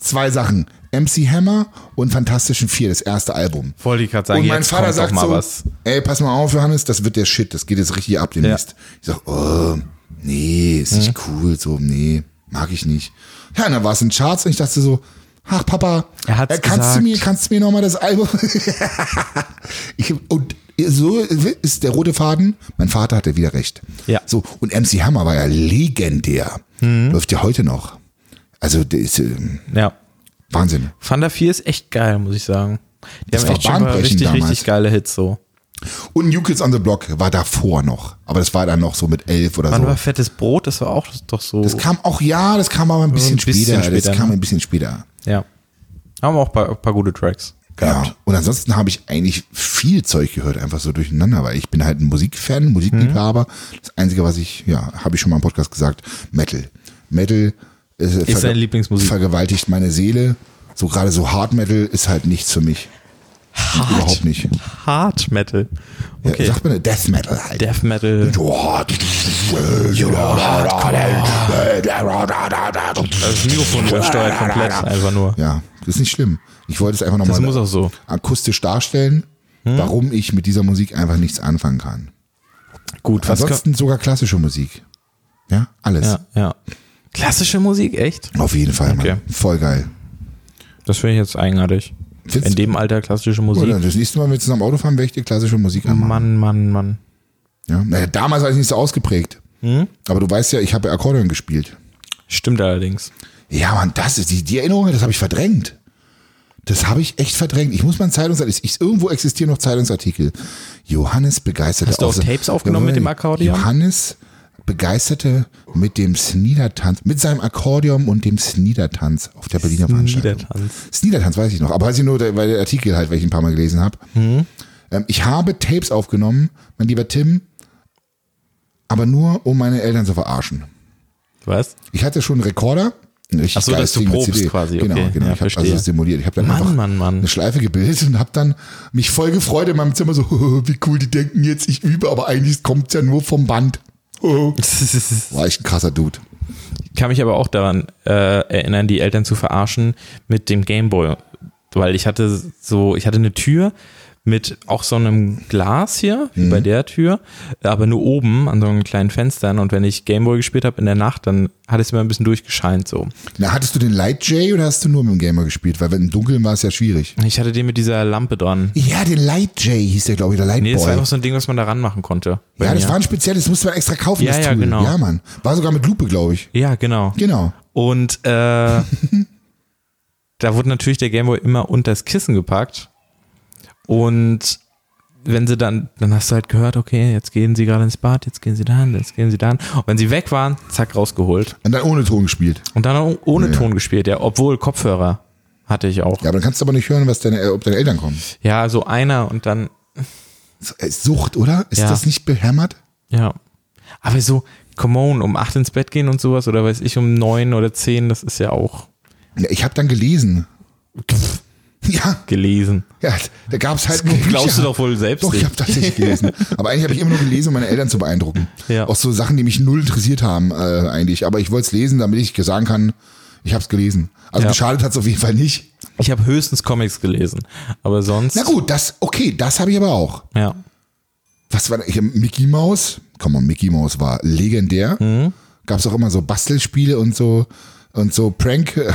Zwei Sachen. MC Hammer und Fantastischen Vier, das erste Album. Wollte ich gerade sagen, Und mein jetzt Vater kommt doch sagt mal so, was. ey, pass mal auf, Johannes, das wird der Shit, das geht jetzt richtig ab demnächst. Ich sag, oh, nee, ist nicht cool, so, nee, mag ich nicht. Ja, und dann war es in Charts und ich dachte so, ach Papa, äh, Er hat's kannst du gesagt. mir, kannst du mir nochmal das Album? ich, und so ist der rote Faden, mein Vater hatte wieder recht. Ja. Mhm. So, und MC Hammer war ja legendär. Läuft ja heute noch. Also, das ist ähm, Ja. Wahnsinn. Thunder 4 ist echt geil, muss ich sagen. Die Das haben war echt schon mal bahnbrechend richtig, damals. richtig geile Hits so. Und New Kids on the Block war davor noch. Aber das war dann noch so mit elf oder Wann so. war fettes Brot? Das war auch doch so. Das kam auch, ja, das kam aber ein bisschen, bisschen später. später, Das kam ne? ein bisschen später. ja. Haben wir auch ein paar, ein paar gute Tracks gehabt. Ja. Und ansonsten habe ich eigentlich viel Zeug gehört, einfach so durcheinander, weil ich bin halt ein Musikfan, Musikliebhaber. Mhm. Das Einzige, was ich, ja, habe ich schon mal im Podcast gesagt, Metal. Metal äh, verge- deine Lieblingsmusik? vergewaltigt meine Seele. So gerade so Hard Metal ist halt nichts für mich. Überhaupt nicht. Hard Metal. Okay. Ja, sagt man Death Metal halt. Death Metal. Das Mikrofon übersteuert komplett einfach nur. Ja, das ist nicht schlimm. Ich wollte es einfach Das nochmal muss Hm? auch so. akustisch darstellen, warum ich mit dieser Musik einfach nichts anfangen kann. Gut, was kann, Ansonsten sogar klassische Musik. Ja, alles. ja, ja. Klassische Musik, echt? Auf jeden Fall, Mann. Okay. Voll geil. Das finde ich jetzt eigenartig. Findest In du- dem Alter klassische Musik. Oder das nächste Mal, wenn wir zusammen Auto fahren, werde ich dir klassische Musik anmachen. Mann, Mann, Mann. Hm. Ja? Naja, damals war ich nicht so ausgeprägt. Aber du weißt ja, ich habe Akkordeon gespielt. Stimmt allerdings. Ja, Mann, das ist die, die Erinnerung, das habe ich verdrängt. Das habe ich echt verdrängt. Ich muss mal einen Zeitungsartikel, ich, irgendwo existieren noch Zeitungsartikel. Johannes begeisterte Hast du auch Außer- Tapes aufgenommen mit dem Akkordeon? Johannes begeisterte mit dem Sniedertanz, mit seinem Akkordeon und dem Sniedertanz auf der Berliner Veranstaltung. Sniedertanz. Sniedertanz weiß ich noch, aber weiß ich nur, weil der Artikel halt, weil ich ein paar Mal gelesen habe. Mhm. Ähm, ich habe Tapes aufgenommen, mein lieber Tim, aber nur, um meine Eltern zu verarschen. Was? Ich hatte schon einen Rekorder. ein richtig Ach so, geiles dass du Ding mit probst CD. quasi, Genau, okay. genau. Ja, ich habe verstehe. also simuliert. Ich habe dann Mann, einfach Mann, Mann. eine Schleife gebildet und habe dann mich voll gefreut in meinem Zimmer so, wie cool, die denken jetzt, ich übe, aber eigentlich kommt ja nur vom Band. War echt ein krasser Dude. Ich kann mich aber auch daran äh, erinnern, die Eltern zu verarschen mit dem Gameboy. Weil ich hatte so, ich hatte eine Tür mit auch so einem Glas hier, wie Mhm. bei der Tür, aber nur oben an so einem kleinen Fenstern. Und wenn ich Gameboy gespielt habe in der Nacht, dann hat es mir ein bisschen durchgescheint so. Na, hattest du den Light J oder hast du nur mit dem Gamer gespielt? Weil im Dunkeln war es ja schwierig. Ich hatte den mit dieser Lampe dran. Ja, den Light J hieß der, glaube ich, der Light Nee, das war Boy. einfach so ein Ding, was man da ranmachen konnte. bei Ja, das mir. war ein spezielles, das musste man extra kaufen, Ja, das ja, Tool. genau. Ja, Mann. War sogar mit Lupe, glaube ich. ja genau. Genau. Und äh, da wurde natürlich der Gameboy immer unter das Kissen gepackt. Und wenn sie dann, dann hast du halt gehört, okay, jetzt gehen sie gerade ins Bad, jetzt gehen sie dahin, jetzt gehen sie dahin. Und wenn sie weg waren, zack, rausgeholt. Und dann ohne Ton gespielt. Und dann auch ohne Ja, ja. Ton gespielt, ja, obwohl Kopfhörer hatte ich auch. Ja, aber dann kannst du aber nicht hören, was deine, ob deine Eltern kommen. Ja, so einer und dann, Äh, Sucht, oder? Ist Ja. das nicht behämmert? ja. Aber so, come on, um acht ins Bett gehen und sowas oder weiß ich, um neun oder zehn, das ist ja auch Ja, Ich habe dann gelesen. Ja, gelesen. ja da gab es halt nur Bücher. Glaubst du doch wohl selbst Doch, ich nicht. habe tatsächlich gelesen. Aber eigentlich habe ich immer nur gelesen, um meine Eltern zu beeindrucken. Ja. Auch so Sachen, die mich null interessiert haben äh, eigentlich. Aber ich wollte es lesen, damit ich sagen kann, ich habe es gelesen. Also Ja. geschadet hat es auf jeden Fall nicht. Ich habe höchstens Comics gelesen, aber sonst. Na gut, das, okay, das habe ich aber auch. Ja. was war da? ich, Mickey Mouse, komm mal, Mickey Mouse war legendär. Mhm. Gab's auch immer so Bastelspiele und so und so Prank. äh,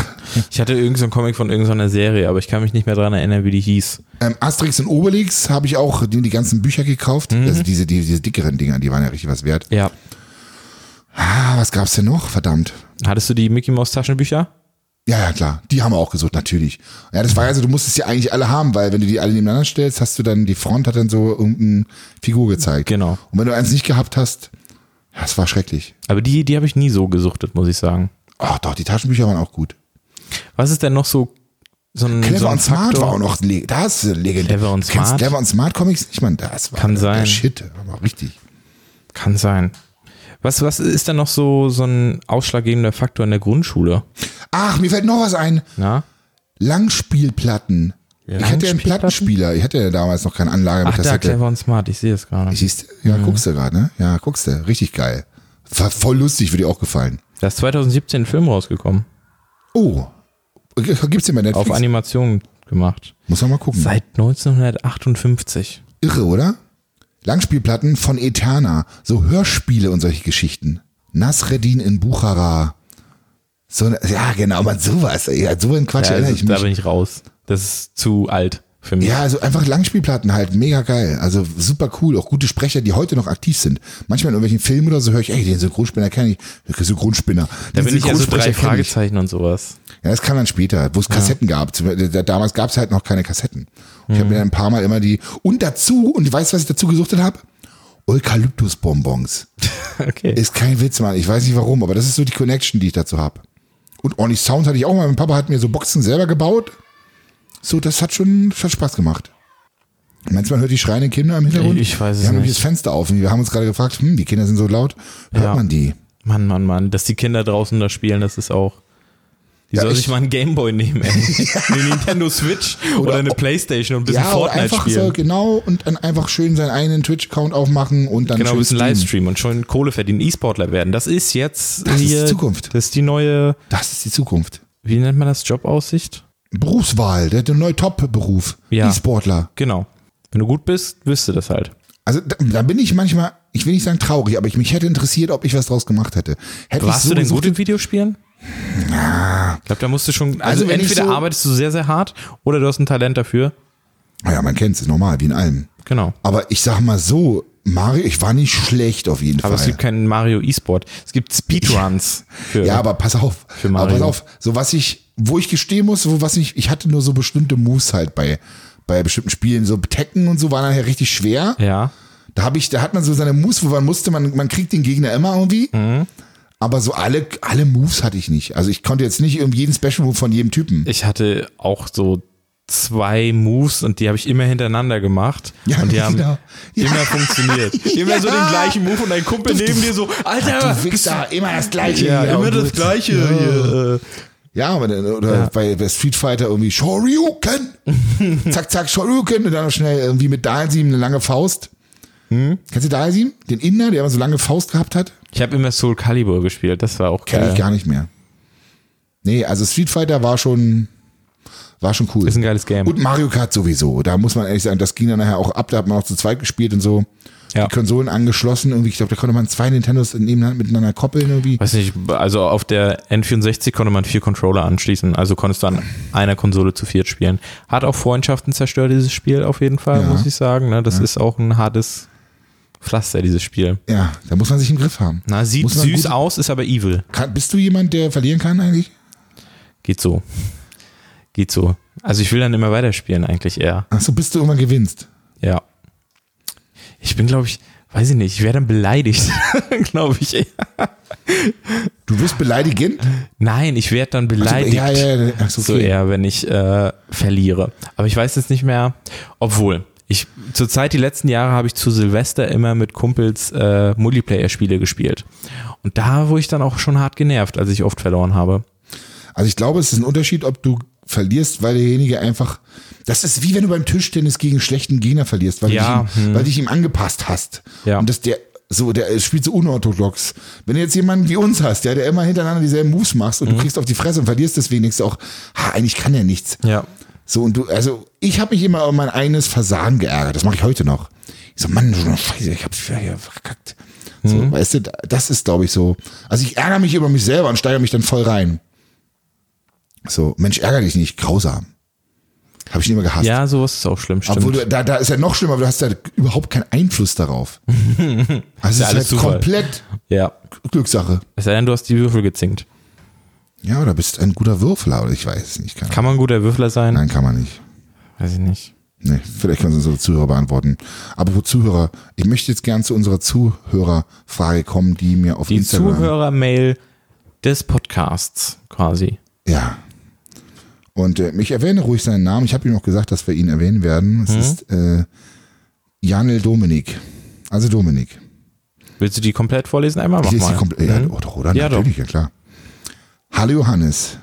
Ich hatte irgendeinen so einen Comic von irgendeiner Serie, aber ich kann mich nicht mehr dran erinnern, wie die hieß. Ähm, Asterix und Obelix habe ich auch die, die ganzen Bücher gekauft. Mhm. Also diese, die, diese dickeren Dinger, die waren ja richtig was wert. Ja. Ah, was gab's denn noch? Verdammt. Hattest du die Mickey Mouse Taschenbücher? Ja, ja, klar. Die haben wir auch gesucht, natürlich. Ja, das war also, du musstest ja eigentlich alle haben, weil wenn du die alle nebeneinander stellst, hast du dann, die Front hat dann so irgendeine Figur gezeigt. Genau. Und wenn du eins nicht gehabt hast, ja, das war schrecklich. Aber die, die habe ich nie so gesuchtet, muss ich sagen. Ach doch, die Taschenbücher waren auch gut. Was ist denn noch so so ein, Clever so ein und Smart Faktor? war auch noch le- das ist legendär. Clever und Du kennst Smart? Clever und Smart Comics nicht, man, das war Kann der sein. Shit, aber richtig. Kann sein. Was, was ist denn noch so, so ein ausschlaggebender Faktor in der Grundschule? Ach, mir fällt noch was ein. Na? Oh, Langspielplatten. Ich hatte ja einen Langspielplatten? Plattenspieler. Ich hatte ja damals noch keine Anlage mit Ach, da, Kassette. clever und smart, ich sehe es gerade. Siehst du? Ja, guckst du gerade, ne? Ja, guckst du. Richtig geil. War voll lustig, würde dir auch gefallen. Da ist 2017 ein Film rausgekommen. Oh. G- Gibt's den bei Netflix? Auf Animation gemacht. Muss man mal gucken. Seit 1958. Irre, oder? Langspielplatten von Eterna, so Hörspiele und solche Geschichten. Nasreddin in Buchara. So, ja, genau, man, sowas. ey, Ja, so ein Quatsch Ja, erinnere also, ich da mich. bin ich raus. Das ist zu alt. für mich. Ja, also einfach Langspielplatten halt, mega geil. Also super cool, auch gute Sprecher, die heute noch aktiv sind. Manchmal in irgendwelchen Filmen oder so höre ich, ey, den Synchronspinner kenne ich. Synchronspinner. da Den bin ich also drei Synchronsprecher kenn ich. Fragezeichen und sowas. Ja, das kam dann später, wo es Kassetten gab. Zum- da- Damals gab es halt noch keine Kassetten. Ich Mhm. habe mir dann ein paar Mal immer die. Und dazu, und weißt du, was ich dazu gesuchtet habe? Eukalyptusbonbons. Okay. Ist kein Witz, Mann. Ich weiß nicht warum, aber das ist so die Connection, die ich dazu habe. Und ordentlich Sound hatte ich auch mal. Mein Papa hat mir so Boxen selber gebaut. So, das hat schon das hat Spaß gemacht. Meinst du, man hört die schreienden Kinder im Hintergrund? Ich weiß es Wir haben nicht. nämlich das Fenster auf und wir haben uns gerade gefragt, hm, die Kinder sind so laut. Hört Ja. man die? Mann, Mann, Mann. Dass die Kinder draußen da spielen, das ist auch. Die Ja, soll ich- sich mal einen Gameboy nehmen, ey. eine Nintendo Switch oder, eine Playstation und ein bisschen Ja, oder Fortnite einfach spielen. so, genau, und dann einfach schön seinen eigenen Twitch-Account aufmachen und dann Genau, ein schön bisschen streamen. Livestream und schon Kohle verdienen, E-Sportler werden. Das ist jetzt Das ist hier, die Zukunft. Das ist die neue, Das ist die Zukunft. wie nennt man das, Jobaussicht? Berufswahl, der, der neue Top-Beruf. Ja. E-Sportler. Genau. Wenn du gut bist, wirst du das halt. Also da, da bin ich manchmal, ich will nicht sagen traurig, aber ich mich hätte interessiert, ob ich was draus gemacht hätte. Hätte ich Warst so du denn gesucht- gut in Videospielen? Ja. Ich glaube, da musst du schon, also, Also, wenn ich entweder so- arbeitest du sehr, sehr hart oder du hast ein Talent dafür. Naja, Ah man kennt es, ist normal, wie in allem. Genau. Aber ich sag mal so, Mario, ich war nicht schlecht auf jeden Aber es Fall. gibt keinen Mario E-Sport. Es gibt Speedruns. Für, ja, aber pass auf. Aber Mario. pass auf, so was ich, wo ich gestehen muss, wo was ich, ich hatte nur so bestimmte Moves halt bei, bei bestimmten Spielen, so Tekken und so waren nachher richtig schwer. ja. Da habe ich, da hat man so seine Moves, wo man musste, man, man kriegt den Gegner immer irgendwie. Mhm. Aber so alle, alle Moves hatte ich nicht. Also ich konnte jetzt nicht irgendwie jeden Special Move von jedem Typen. Ich hatte auch so zwei Moves und die habe ich immer hintereinander gemacht. Ja, und die haben genau. Ja. immer funktioniert. Immer so den gleichen Move und dein Kumpel neben dir so, Alter, Du Wichser, immer das Gleiche. ja, hier. immer Und das du- Gleiche. Ja. Hier. äh. Ja, aber dann- oder bei, bei Street Fighter irgendwie Shoryuken. zack, zack, Shoryuken. Und dann noch schnell irgendwie mit Dahl 7 eine lange Faust. Hm? Kennst du Dahl 7? Den Inder, der immer so lange Faust gehabt hat? Ich habe immer Soul Calibur gespielt, das war auch Kenn geil. ich gar nicht mehr. Nee, also Street Fighter war schon, war schon cool. Ist ein geiles Game. Und Mario Kart sowieso. Da muss man ehrlich sagen, das ging dann nachher auch ab. Da hat man auch zu zweit gespielt und so. Ja. Die Konsolen angeschlossen. Irgendwie, ich glaube, da konnte man zwei Nintendos nebeneinander- miteinander koppeln. Irgendwie. Weiß nicht, also auf der N64 konnte man vier Controller anschließen, also konntest du an einer Konsole zu viert spielen. Hat auch Freundschaften zerstört, dieses Spiel auf jeden Fall, Ja. muss ich sagen. Ne? Das ist auch ein hartes Pflaster, dieses Spiel. Ja, da muss man sich im Griff haben. Na, sieht Muss man süß gut- aus, ist aber evil. Kann, bist du jemand, der verlieren kann eigentlich? Geht so. Geht so. Also ich will dann immer weiterspielen eigentlich eher. Ach so, bist du irgendwann gewinnst. Ja. Ich bin, glaube ich, weiß ich nicht, ich wäre dann beleidigt, glaube ich. eher. Du wirst beleidigend? Nein, ich werde dann beleidigt. Ja, ja, ja. Ach so, So okay. eher, wenn ich äh, verliere. Aber ich weiß jetzt nicht mehr, obwohl. Ich, zurzeit, die letzten Jahre, habe ich zu Silvester immer mit Kumpels äh, Multiplayer-Spiele gespielt. Und da wurde ich dann auch schon hart genervt, als ich oft verloren habe. Also ich glaube, es ist ein Unterschied, ob du verlierst, weil derjenige einfach. Das ist wie wenn du beim Tischtennis gegen einen schlechten Gegner verlierst, weil, Ja, hm. du, dich ihm, weil du dich ihm angepasst hast. Ja. Und dass der so, der spielt so unorthodox. Wenn du jetzt jemanden wie uns hast, ja, der immer hintereinander dieselben Moves machst Mhm. und du kriegst auf die Fresse und verlierst deswegen, denkst du auch, ha, eigentlich kann er nichts. Ja. So, und du, also ich habe mich immer über mein eigenes Versagen geärgert. Das mache ich heute noch. Ich so, Mann, du Scheiße, ich hab's wieder hier verkackt. So, Mhm. weißt du, das ist, glaube ich, so. Also ich ärgere mich über mich selber und steigere mich dann voll rein. So, Mensch, ärgere dich nicht, grausam. Habe ich nie immer gehasst. Ja, sowas ist auch schlimm, stimmt. Obwohl du, da, da ist ja noch schlimmer, aber du hast ja überhaupt keinen Einfluss darauf. Also es ist alles halt Zufall. komplett ja. Glückssache. Es sei denn, du hast die Würfel gezinkt. Ja, oder bist ein guter Würfler, oder ich weiß es nicht. Keine Ahnung. Kann man ein guter Würfler sein? Nein, kann man nicht. Weiß ich nicht. Nee, vielleicht können Sie unsere Zuhörer beantworten. Aber wo Zuhörer, ich möchte jetzt gern zu unserer Zuhörerfrage kommen, die mir auf Die Instagram. Zuhörermail des Podcasts quasi. Ja. Und äh, ich erwähne ruhig seinen Namen. Ich habe ihm auch gesagt, dass wir ihn erwähnen werden. Mhm. Es ist äh, Janel Dominik. Also Dominik. Willst du die komplett vorlesen? Einmal mach Ich lese mal. Mhm. die komplett. Ja, oh, doch, oder? Ja, doch. Natürlich, ja klar. Hallo Johannes.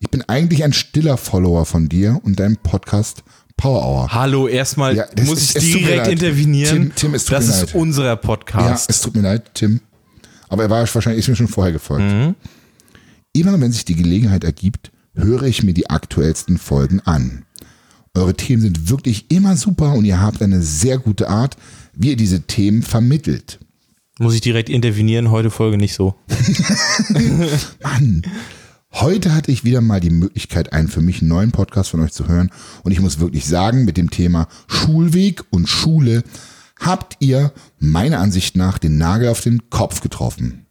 Ich bin eigentlich ein stiller Follower von dir und deinem Podcast Power Hour. Hallo, erstmal Ja, das muss ist- ich es tut mir direkt leid. intervenieren. Tim- Tim, es tut das mir ist leid. unserer Podcast. Ja, es tut mir leid, Tim. Aber er war wahrscheinlich ist mir schon vorher gefolgt. Immer wenn sich die Gelegenheit ergibt, höre ich mir die aktuellsten Folgen an. Eure Themen sind wirklich immer super und ihr habt eine sehr gute Art, wie ihr diese Themen vermittelt. Muss ich direkt intervenieren, heute Folge nicht so. Mann. Heute hatte ich wieder mal die Möglichkeit, einen für mich neuen Podcast von euch zu hören. Und ich muss wirklich sagen, mit dem Thema Schulweg und Schule habt ihr meiner Ansicht nach den Nagel auf den Kopf getroffen.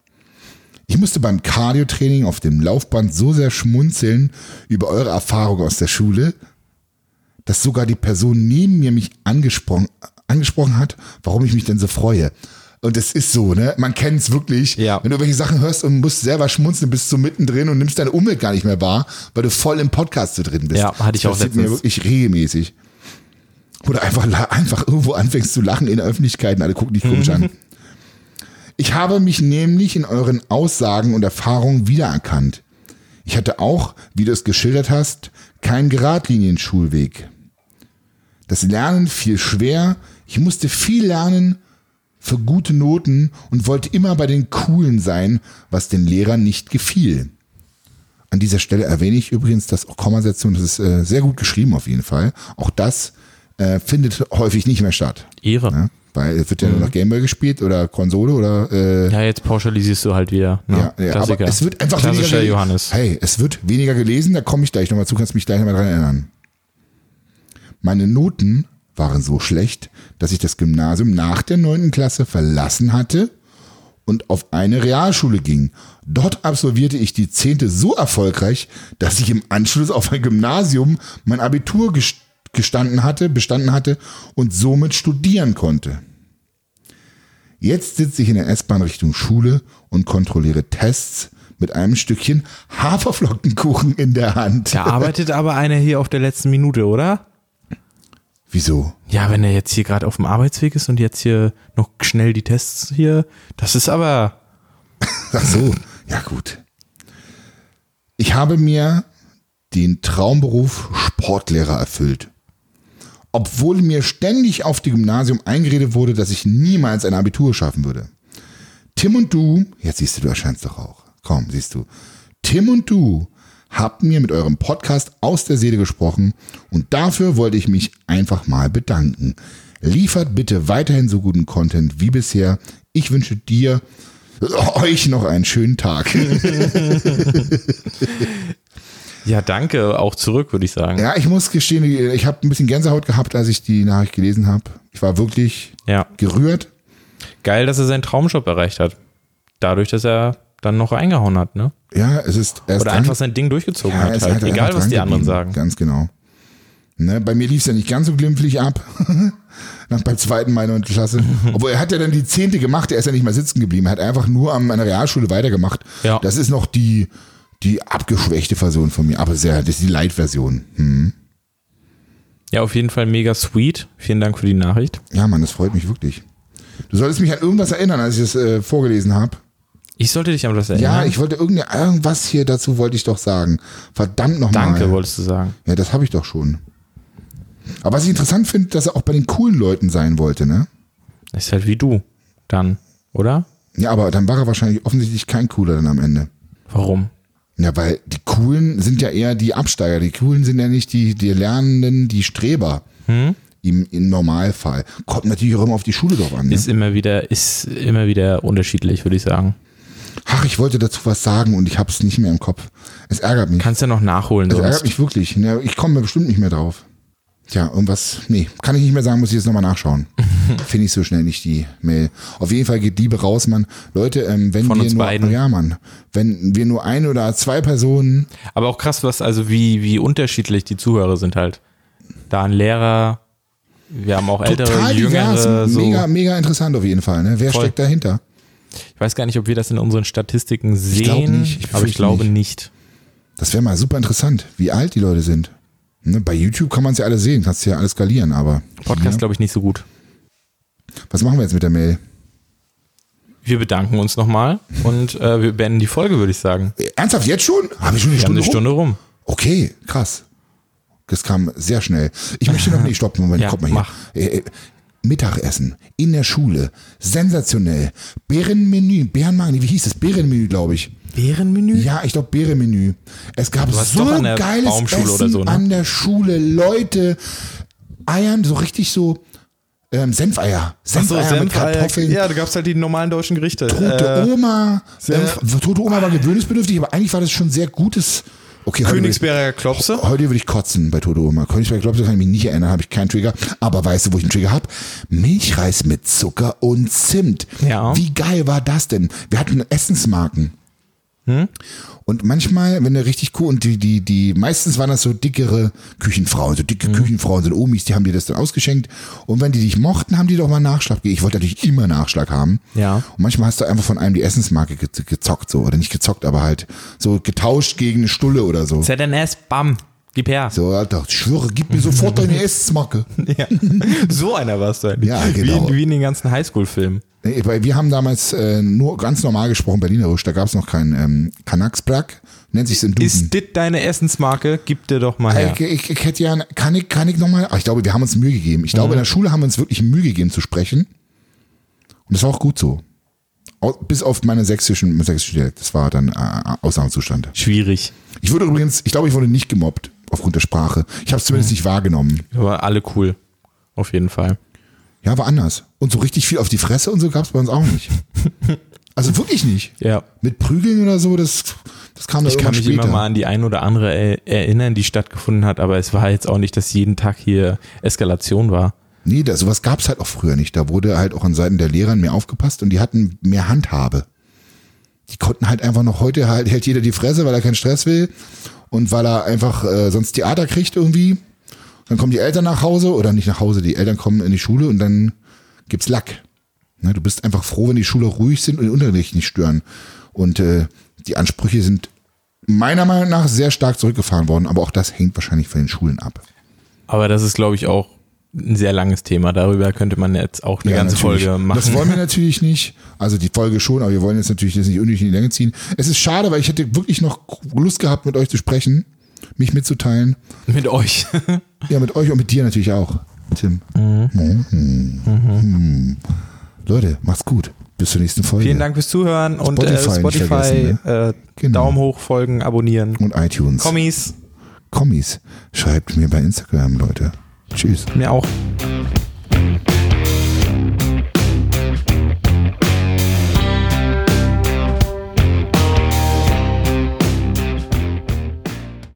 Ich musste beim Cardiotraining auf dem Laufband so sehr schmunzeln über eure Erfahrungen aus der Schule, dass sogar die Person neben mir mich angesprochen, angesprochen hat, warum ich mich denn so freue. Und es ist so, ne? Man kennt's wirklich. Ja. Wenn du welche Sachen hörst und musst selber schmunzeln, bist du mittendrin und nimmst deine Umwelt gar nicht mehr wahr, weil du voll im Podcast so drin bist. Ja, hatte ich das auch passiert mir letztens. wirklich regelmäßig. Oder einfach, la- einfach irgendwo anfängst zu lachen in der Öffentlichkeit und alle gucken dich komisch Mhm. an. Ich habe mich nämlich in euren Aussagen und Erfahrungen wiedererkannt. Ich hatte auch, wie du es geschildert hast, keinen Geradlinien-Schulweg. Das Lernen fiel schwer. Ich musste viel lernen für gute Noten und wollte immer bei den Coolen sein, was den Lehrern nicht gefiel. An dieser Stelle erwähne ich übrigens, dass auch Kommasetzung, das ist äh, sehr gut geschrieben auf jeden Fall. Auch das äh, findet häufig nicht mehr statt. Ehre. Ne? Weil es wird ja nur noch Gameboy gespielt oder Konsole oder äh, Mhm. Ja, jetzt pauschalisierst du halt wieder. Ne? ja, ja aber Klassiker. es wird einfach weniger Klassischer gelesen. Johannes. Hey, es wird weniger gelesen, da komme ich gleich nochmal zu, kannst mich gleich nochmal dran erinnern. Meine Noten waren so schlecht, dass ich das Gymnasium nach der 9. Klasse verlassen hatte und auf eine Realschule ging. Dort absolvierte ich die 10. so erfolgreich, dass ich im Anschluss auf ein Gymnasium mein Abitur ges- gestanden hatte, bestanden hatte und somit studieren konnte. Jetzt sitze ich in der S-Bahn Richtung Schule und kontrolliere Tests mit einem Stückchen Haferflockenkuchen in der Hand. Da arbeitet aber einer hier auf der letzten Minute, oder? Wieso? Ja, wenn er jetzt hier gerade auf dem Arbeitsweg ist und jetzt hier noch schnell die Tests hier, das ist aber Ach so, ja gut. Ich habe mir den Traumberuf Sportlehrer erfüllt. Obwohl mir ständig auf dem Gymnasium eingeredet wurde, dass ich niemals ein Abitur schaffen würde. Tim und du, jetzt siehst du, du erscheinst doch auch. Komm, siehst du. Tim und du habt mir mit eurem Podcast aus der Seele gesprochen und dafür wollte ich mich einfach mal bedanken. Liefert bitte weiterhin so guten Content wie bisher. Ich wünsche dir, euch noch einen schönen Tag. ja, danke, auch zurück, würde ich sagen. ja, ich muss gestehen, ich habe ein bisschen Gänsehaut gehabt, als ich die Nachricht gelesen habe. Ich war wirklich Ja. gerührt. Geil, dass er seinen Traumjob erreicht hat. Dadurch, dass er dann noch reingehauen hat, ne? Ja, es ist erst Oder einfach sein Ding durchgezogen ja, hat, es halt. hat egal einfach was die dran anderen geblieben. sagen. Ganz genau. Ne, bei mir lief es ja nicht ganz so glimpflich ab. Nach beim zweiten Mal neunten Klasse. Obwohl er hat ja dann die zehnte gemacht, er ist ja nicht mal sitzen geblieben, er hat einfach nur am- an einer Realschule weitergemacht. Ja. Das ist noch die, die abgeschwächte Version von mir, aber sehr, das ist die Light-Version. Ja, auf jeden Fall mega sweet. Vielen Dank für die Nachricht. Ja, Mann, das freut mich wirklich. Du solltest mich an irgendwas erinnern, als ich das äh, vorgelesen habe. Ich sollte dich an was erinnern. Ja, ich wollte irgendein, irgendwas hier dazu wollte ich doch sagen. Verdammt nochmal. Danke, wolltest du sagen. Ja, das habe ich doch schon. Aber was ich interessant finde, dass er auch bei den coolen Leuten sein wollte, ne? Ist halt wie du. Dann, oder? Ja, aber dann war er wahrscheinlich offensichtlich kein cooler dann am Ende. Warum? Ja, weil die coolen sind ja eher die Absteiger. Die coolen sind ja nicht die, die Lernenden, die Streber. Hm? Im, Im Normalfall. Kommt natürlich auch immer auf die Schule drauf an. Ne? Ist immer wieder, ist immer wieder unterschiedlich, würde ich sagen. Ach, ich wollte dazu was sagen und ich habe es nicht mehr im Kopf. Es ärgert mich. Kannst ja noch nachholen Das Also ärgert sonst. mich wirklich. Ne, Ich komme bestimmt nicht mehr drauf. Tja, irgendwas. Nee, kann ich nicht mehr sagen, muss ich jetzt nochmal nachschauen. Finde ich so schnell nicht die Mail. Auf jeden Fall geht Liebe raus, Mann. Leute, ähm, wenn Von wir uns nur, beiden. ja, Mann, wenn wir nur eine oder zwei Personen, Aber auch krass, was, also wie, wie unterschiedlich die Zuhörer sind halt. Da ein Lehrer, wir haben auch ältere, total jüngere, divers, so. mega, mega interessant auf jeden Fall, ne? Wer Voll. steckt dahinter? Ich weiß gar nicht, ob wir das in unseren Statistiken sehen, glaub nicht. Ich aber ich fürchte glaube nicht. Das wäre mal super interessant, wie alt die Leute sind. Ne? Bei YouTube kann man es ja alles sehen, kannst ja alles skalieren, aber ne? Podcast glaube ich nicht so gut. was machen wir jetzt mit der Mail? Wir bedanken uns nochmal und äh, wir beenden die Folge, würde ich sagen. Äh, Ernsthaft, jetzt schon? Habe ich schon eine Wir haben Stunde rum? eine Stunde rum. Okay, krass. Das kam sehr schnell. Ich möchte noch nicht stoppen. Moment, Ja, kommt mal hier. mach. Äh, äh, Mittagessen in der Schule. Sensationell. Bärenmenü. Bärenmagen, wie hieß das? Bärenmenü, glaube ich. Bärenmenü? Ja, ich glaube Bärenmenü. Es gab warst so doch an der geiles Baumschule Essen oder so, ne? an der Schule. Leute eiern so richtig so ähm, Senfeier. Senfeier mit Senf, Eier, Kartoffeln. Ja, da gab es halt die normalen deutschen Gerichte. Äh, Tote Oma. Senf- Ähm, tote Oma war gewöhnungsbedürftig, aber eigentlich war das schon sehr gutes. Okay, heute würde, ich, Königsberger Klopse. heute würde ich kotzen bei Tote Oma. Königsberg, glaube ich, kann ich mich nicht erinnern, habe ich keinen Trigger. Aber weißt du, wo ich einen Trigger habe? Milchreis mit Zucker und Zimt. Ja. Wie geil war das denn? Wir hatten Essensmarken. Hm? Und manchmal, wenn du richtig cool, und die, die, die, meistens waren das so dickere Küchenfrauen, so Hm. dicke Küchenfrauen, so Omis, die haben dir das dann ausgeschenkt. Und wenn die dich mochten, haben die doch mal Nachschlag gegeben. Ich wollte natürlich immer Nachschlag haben. Ja. Und manchmal hast du einfach von einem die Essensmarke ge gezockt, so, oder nicht gezockt, aber halt so getauscht gegen eine Stulle oder so. ZNS, bam, gib her. So, So, Alter, ich schwöre, gib mir sofort deine Essensmarke. ja. so einer warst du eigentlich. Ja, genau. Wie, wie in den ganzen Highschool-Filmen. Nee, weil Wir haben damals äh, nur ganz normal gesprochen, Berlinerisch, da gab es noch keinen ähm, Kanaksbrack, nennt sich's im Duden. Ist dit deine Essensmarke? Gib dir doch mal her. Ich, ich, ich hätte ja, kann ich, kann ich nochmal, ich glaube, wir haben uns Mühe gegeben. Ich glaube, in der Schule haben wir uns wirklich Mühe gegeben zu sprechen. Und das war auch gut so. Au- Bis auf meine sächsischen, mein sächsischen Dialekt. Das war dann äh, Ausnahmezustand. Schwierig. Ich wurde übrigens, ich glaube, ich wurde nicht gemobbt aufgrund der Sprache. Ich habe es zumindest nicht wahrgenommen. Aber alle cool. Auf jeden Fall. Ja, war anders. Und so richtig viel auf die Fresse und so gab es bei uns auch nicht. Also wirklich nicht. Ja. Mit Prügeln oder so, das, das kam dann Ich kann mich irgendwann später. immer mal an die ein oder andere er erinnern, die stattgefunden hat, aber es war jetzt auch nicht, dass jeden Tag hier Eskalation war. Nee, da, sowas gab's halt auch früher nicht. Da wurde halt auch an Seiten der Lehrer mehr aufgepasst und die hatten mehr Handhabe. Die konnten halt einfach noch heute halt hält jeder die Fresse, weil er keinen Stress will und weil er einfach äh, sonst Theater kriegt irgendwie. Dann kommen die Eltern nach Hause oder nicht nach Hause, die Eltern kommen in die Schule und dann gibt's Lack. Ne, du bist einfach froh, wenn die Schüler ruhig sind und den Unterricht nicht stören. Und äh, die Ansprüche sind meiner Meinung nach sehr stark zurückgefahren worden, aber auch das hängt wahrscheinlich von den Schulen ab. Aber das ist, glaube ich, auch ein sehr langes Thema. Darüber könnte man jetzt auch eine Ja, ganze natürlich. Folge machen. Das wollen wir natürlich nicht. Also die Folge schon, aber wir wollen jetzt natürlich das nicht unnötig in die Länge ziehen. Es ist schade, weil ich hätte wirklich noch Lust gehabt, mit euch zu sprechen, mich mitzuteilen. mit euch. Ja, mit euch und mit dir natürlich auch, Tim. Mhm. Mhm. Leute, macht's gut. Bis zur nächsten Folge. Vielen Dank fürs Zuhören und Spotify Spotify, äh, nicht Spotify vergessen, äh, Genau. Daumen hoch, folgen, abonnieren. Und iTunes. Kommis, Kommis. Schreibt mir bei Instagram, Leute. Tschüss. mir auch.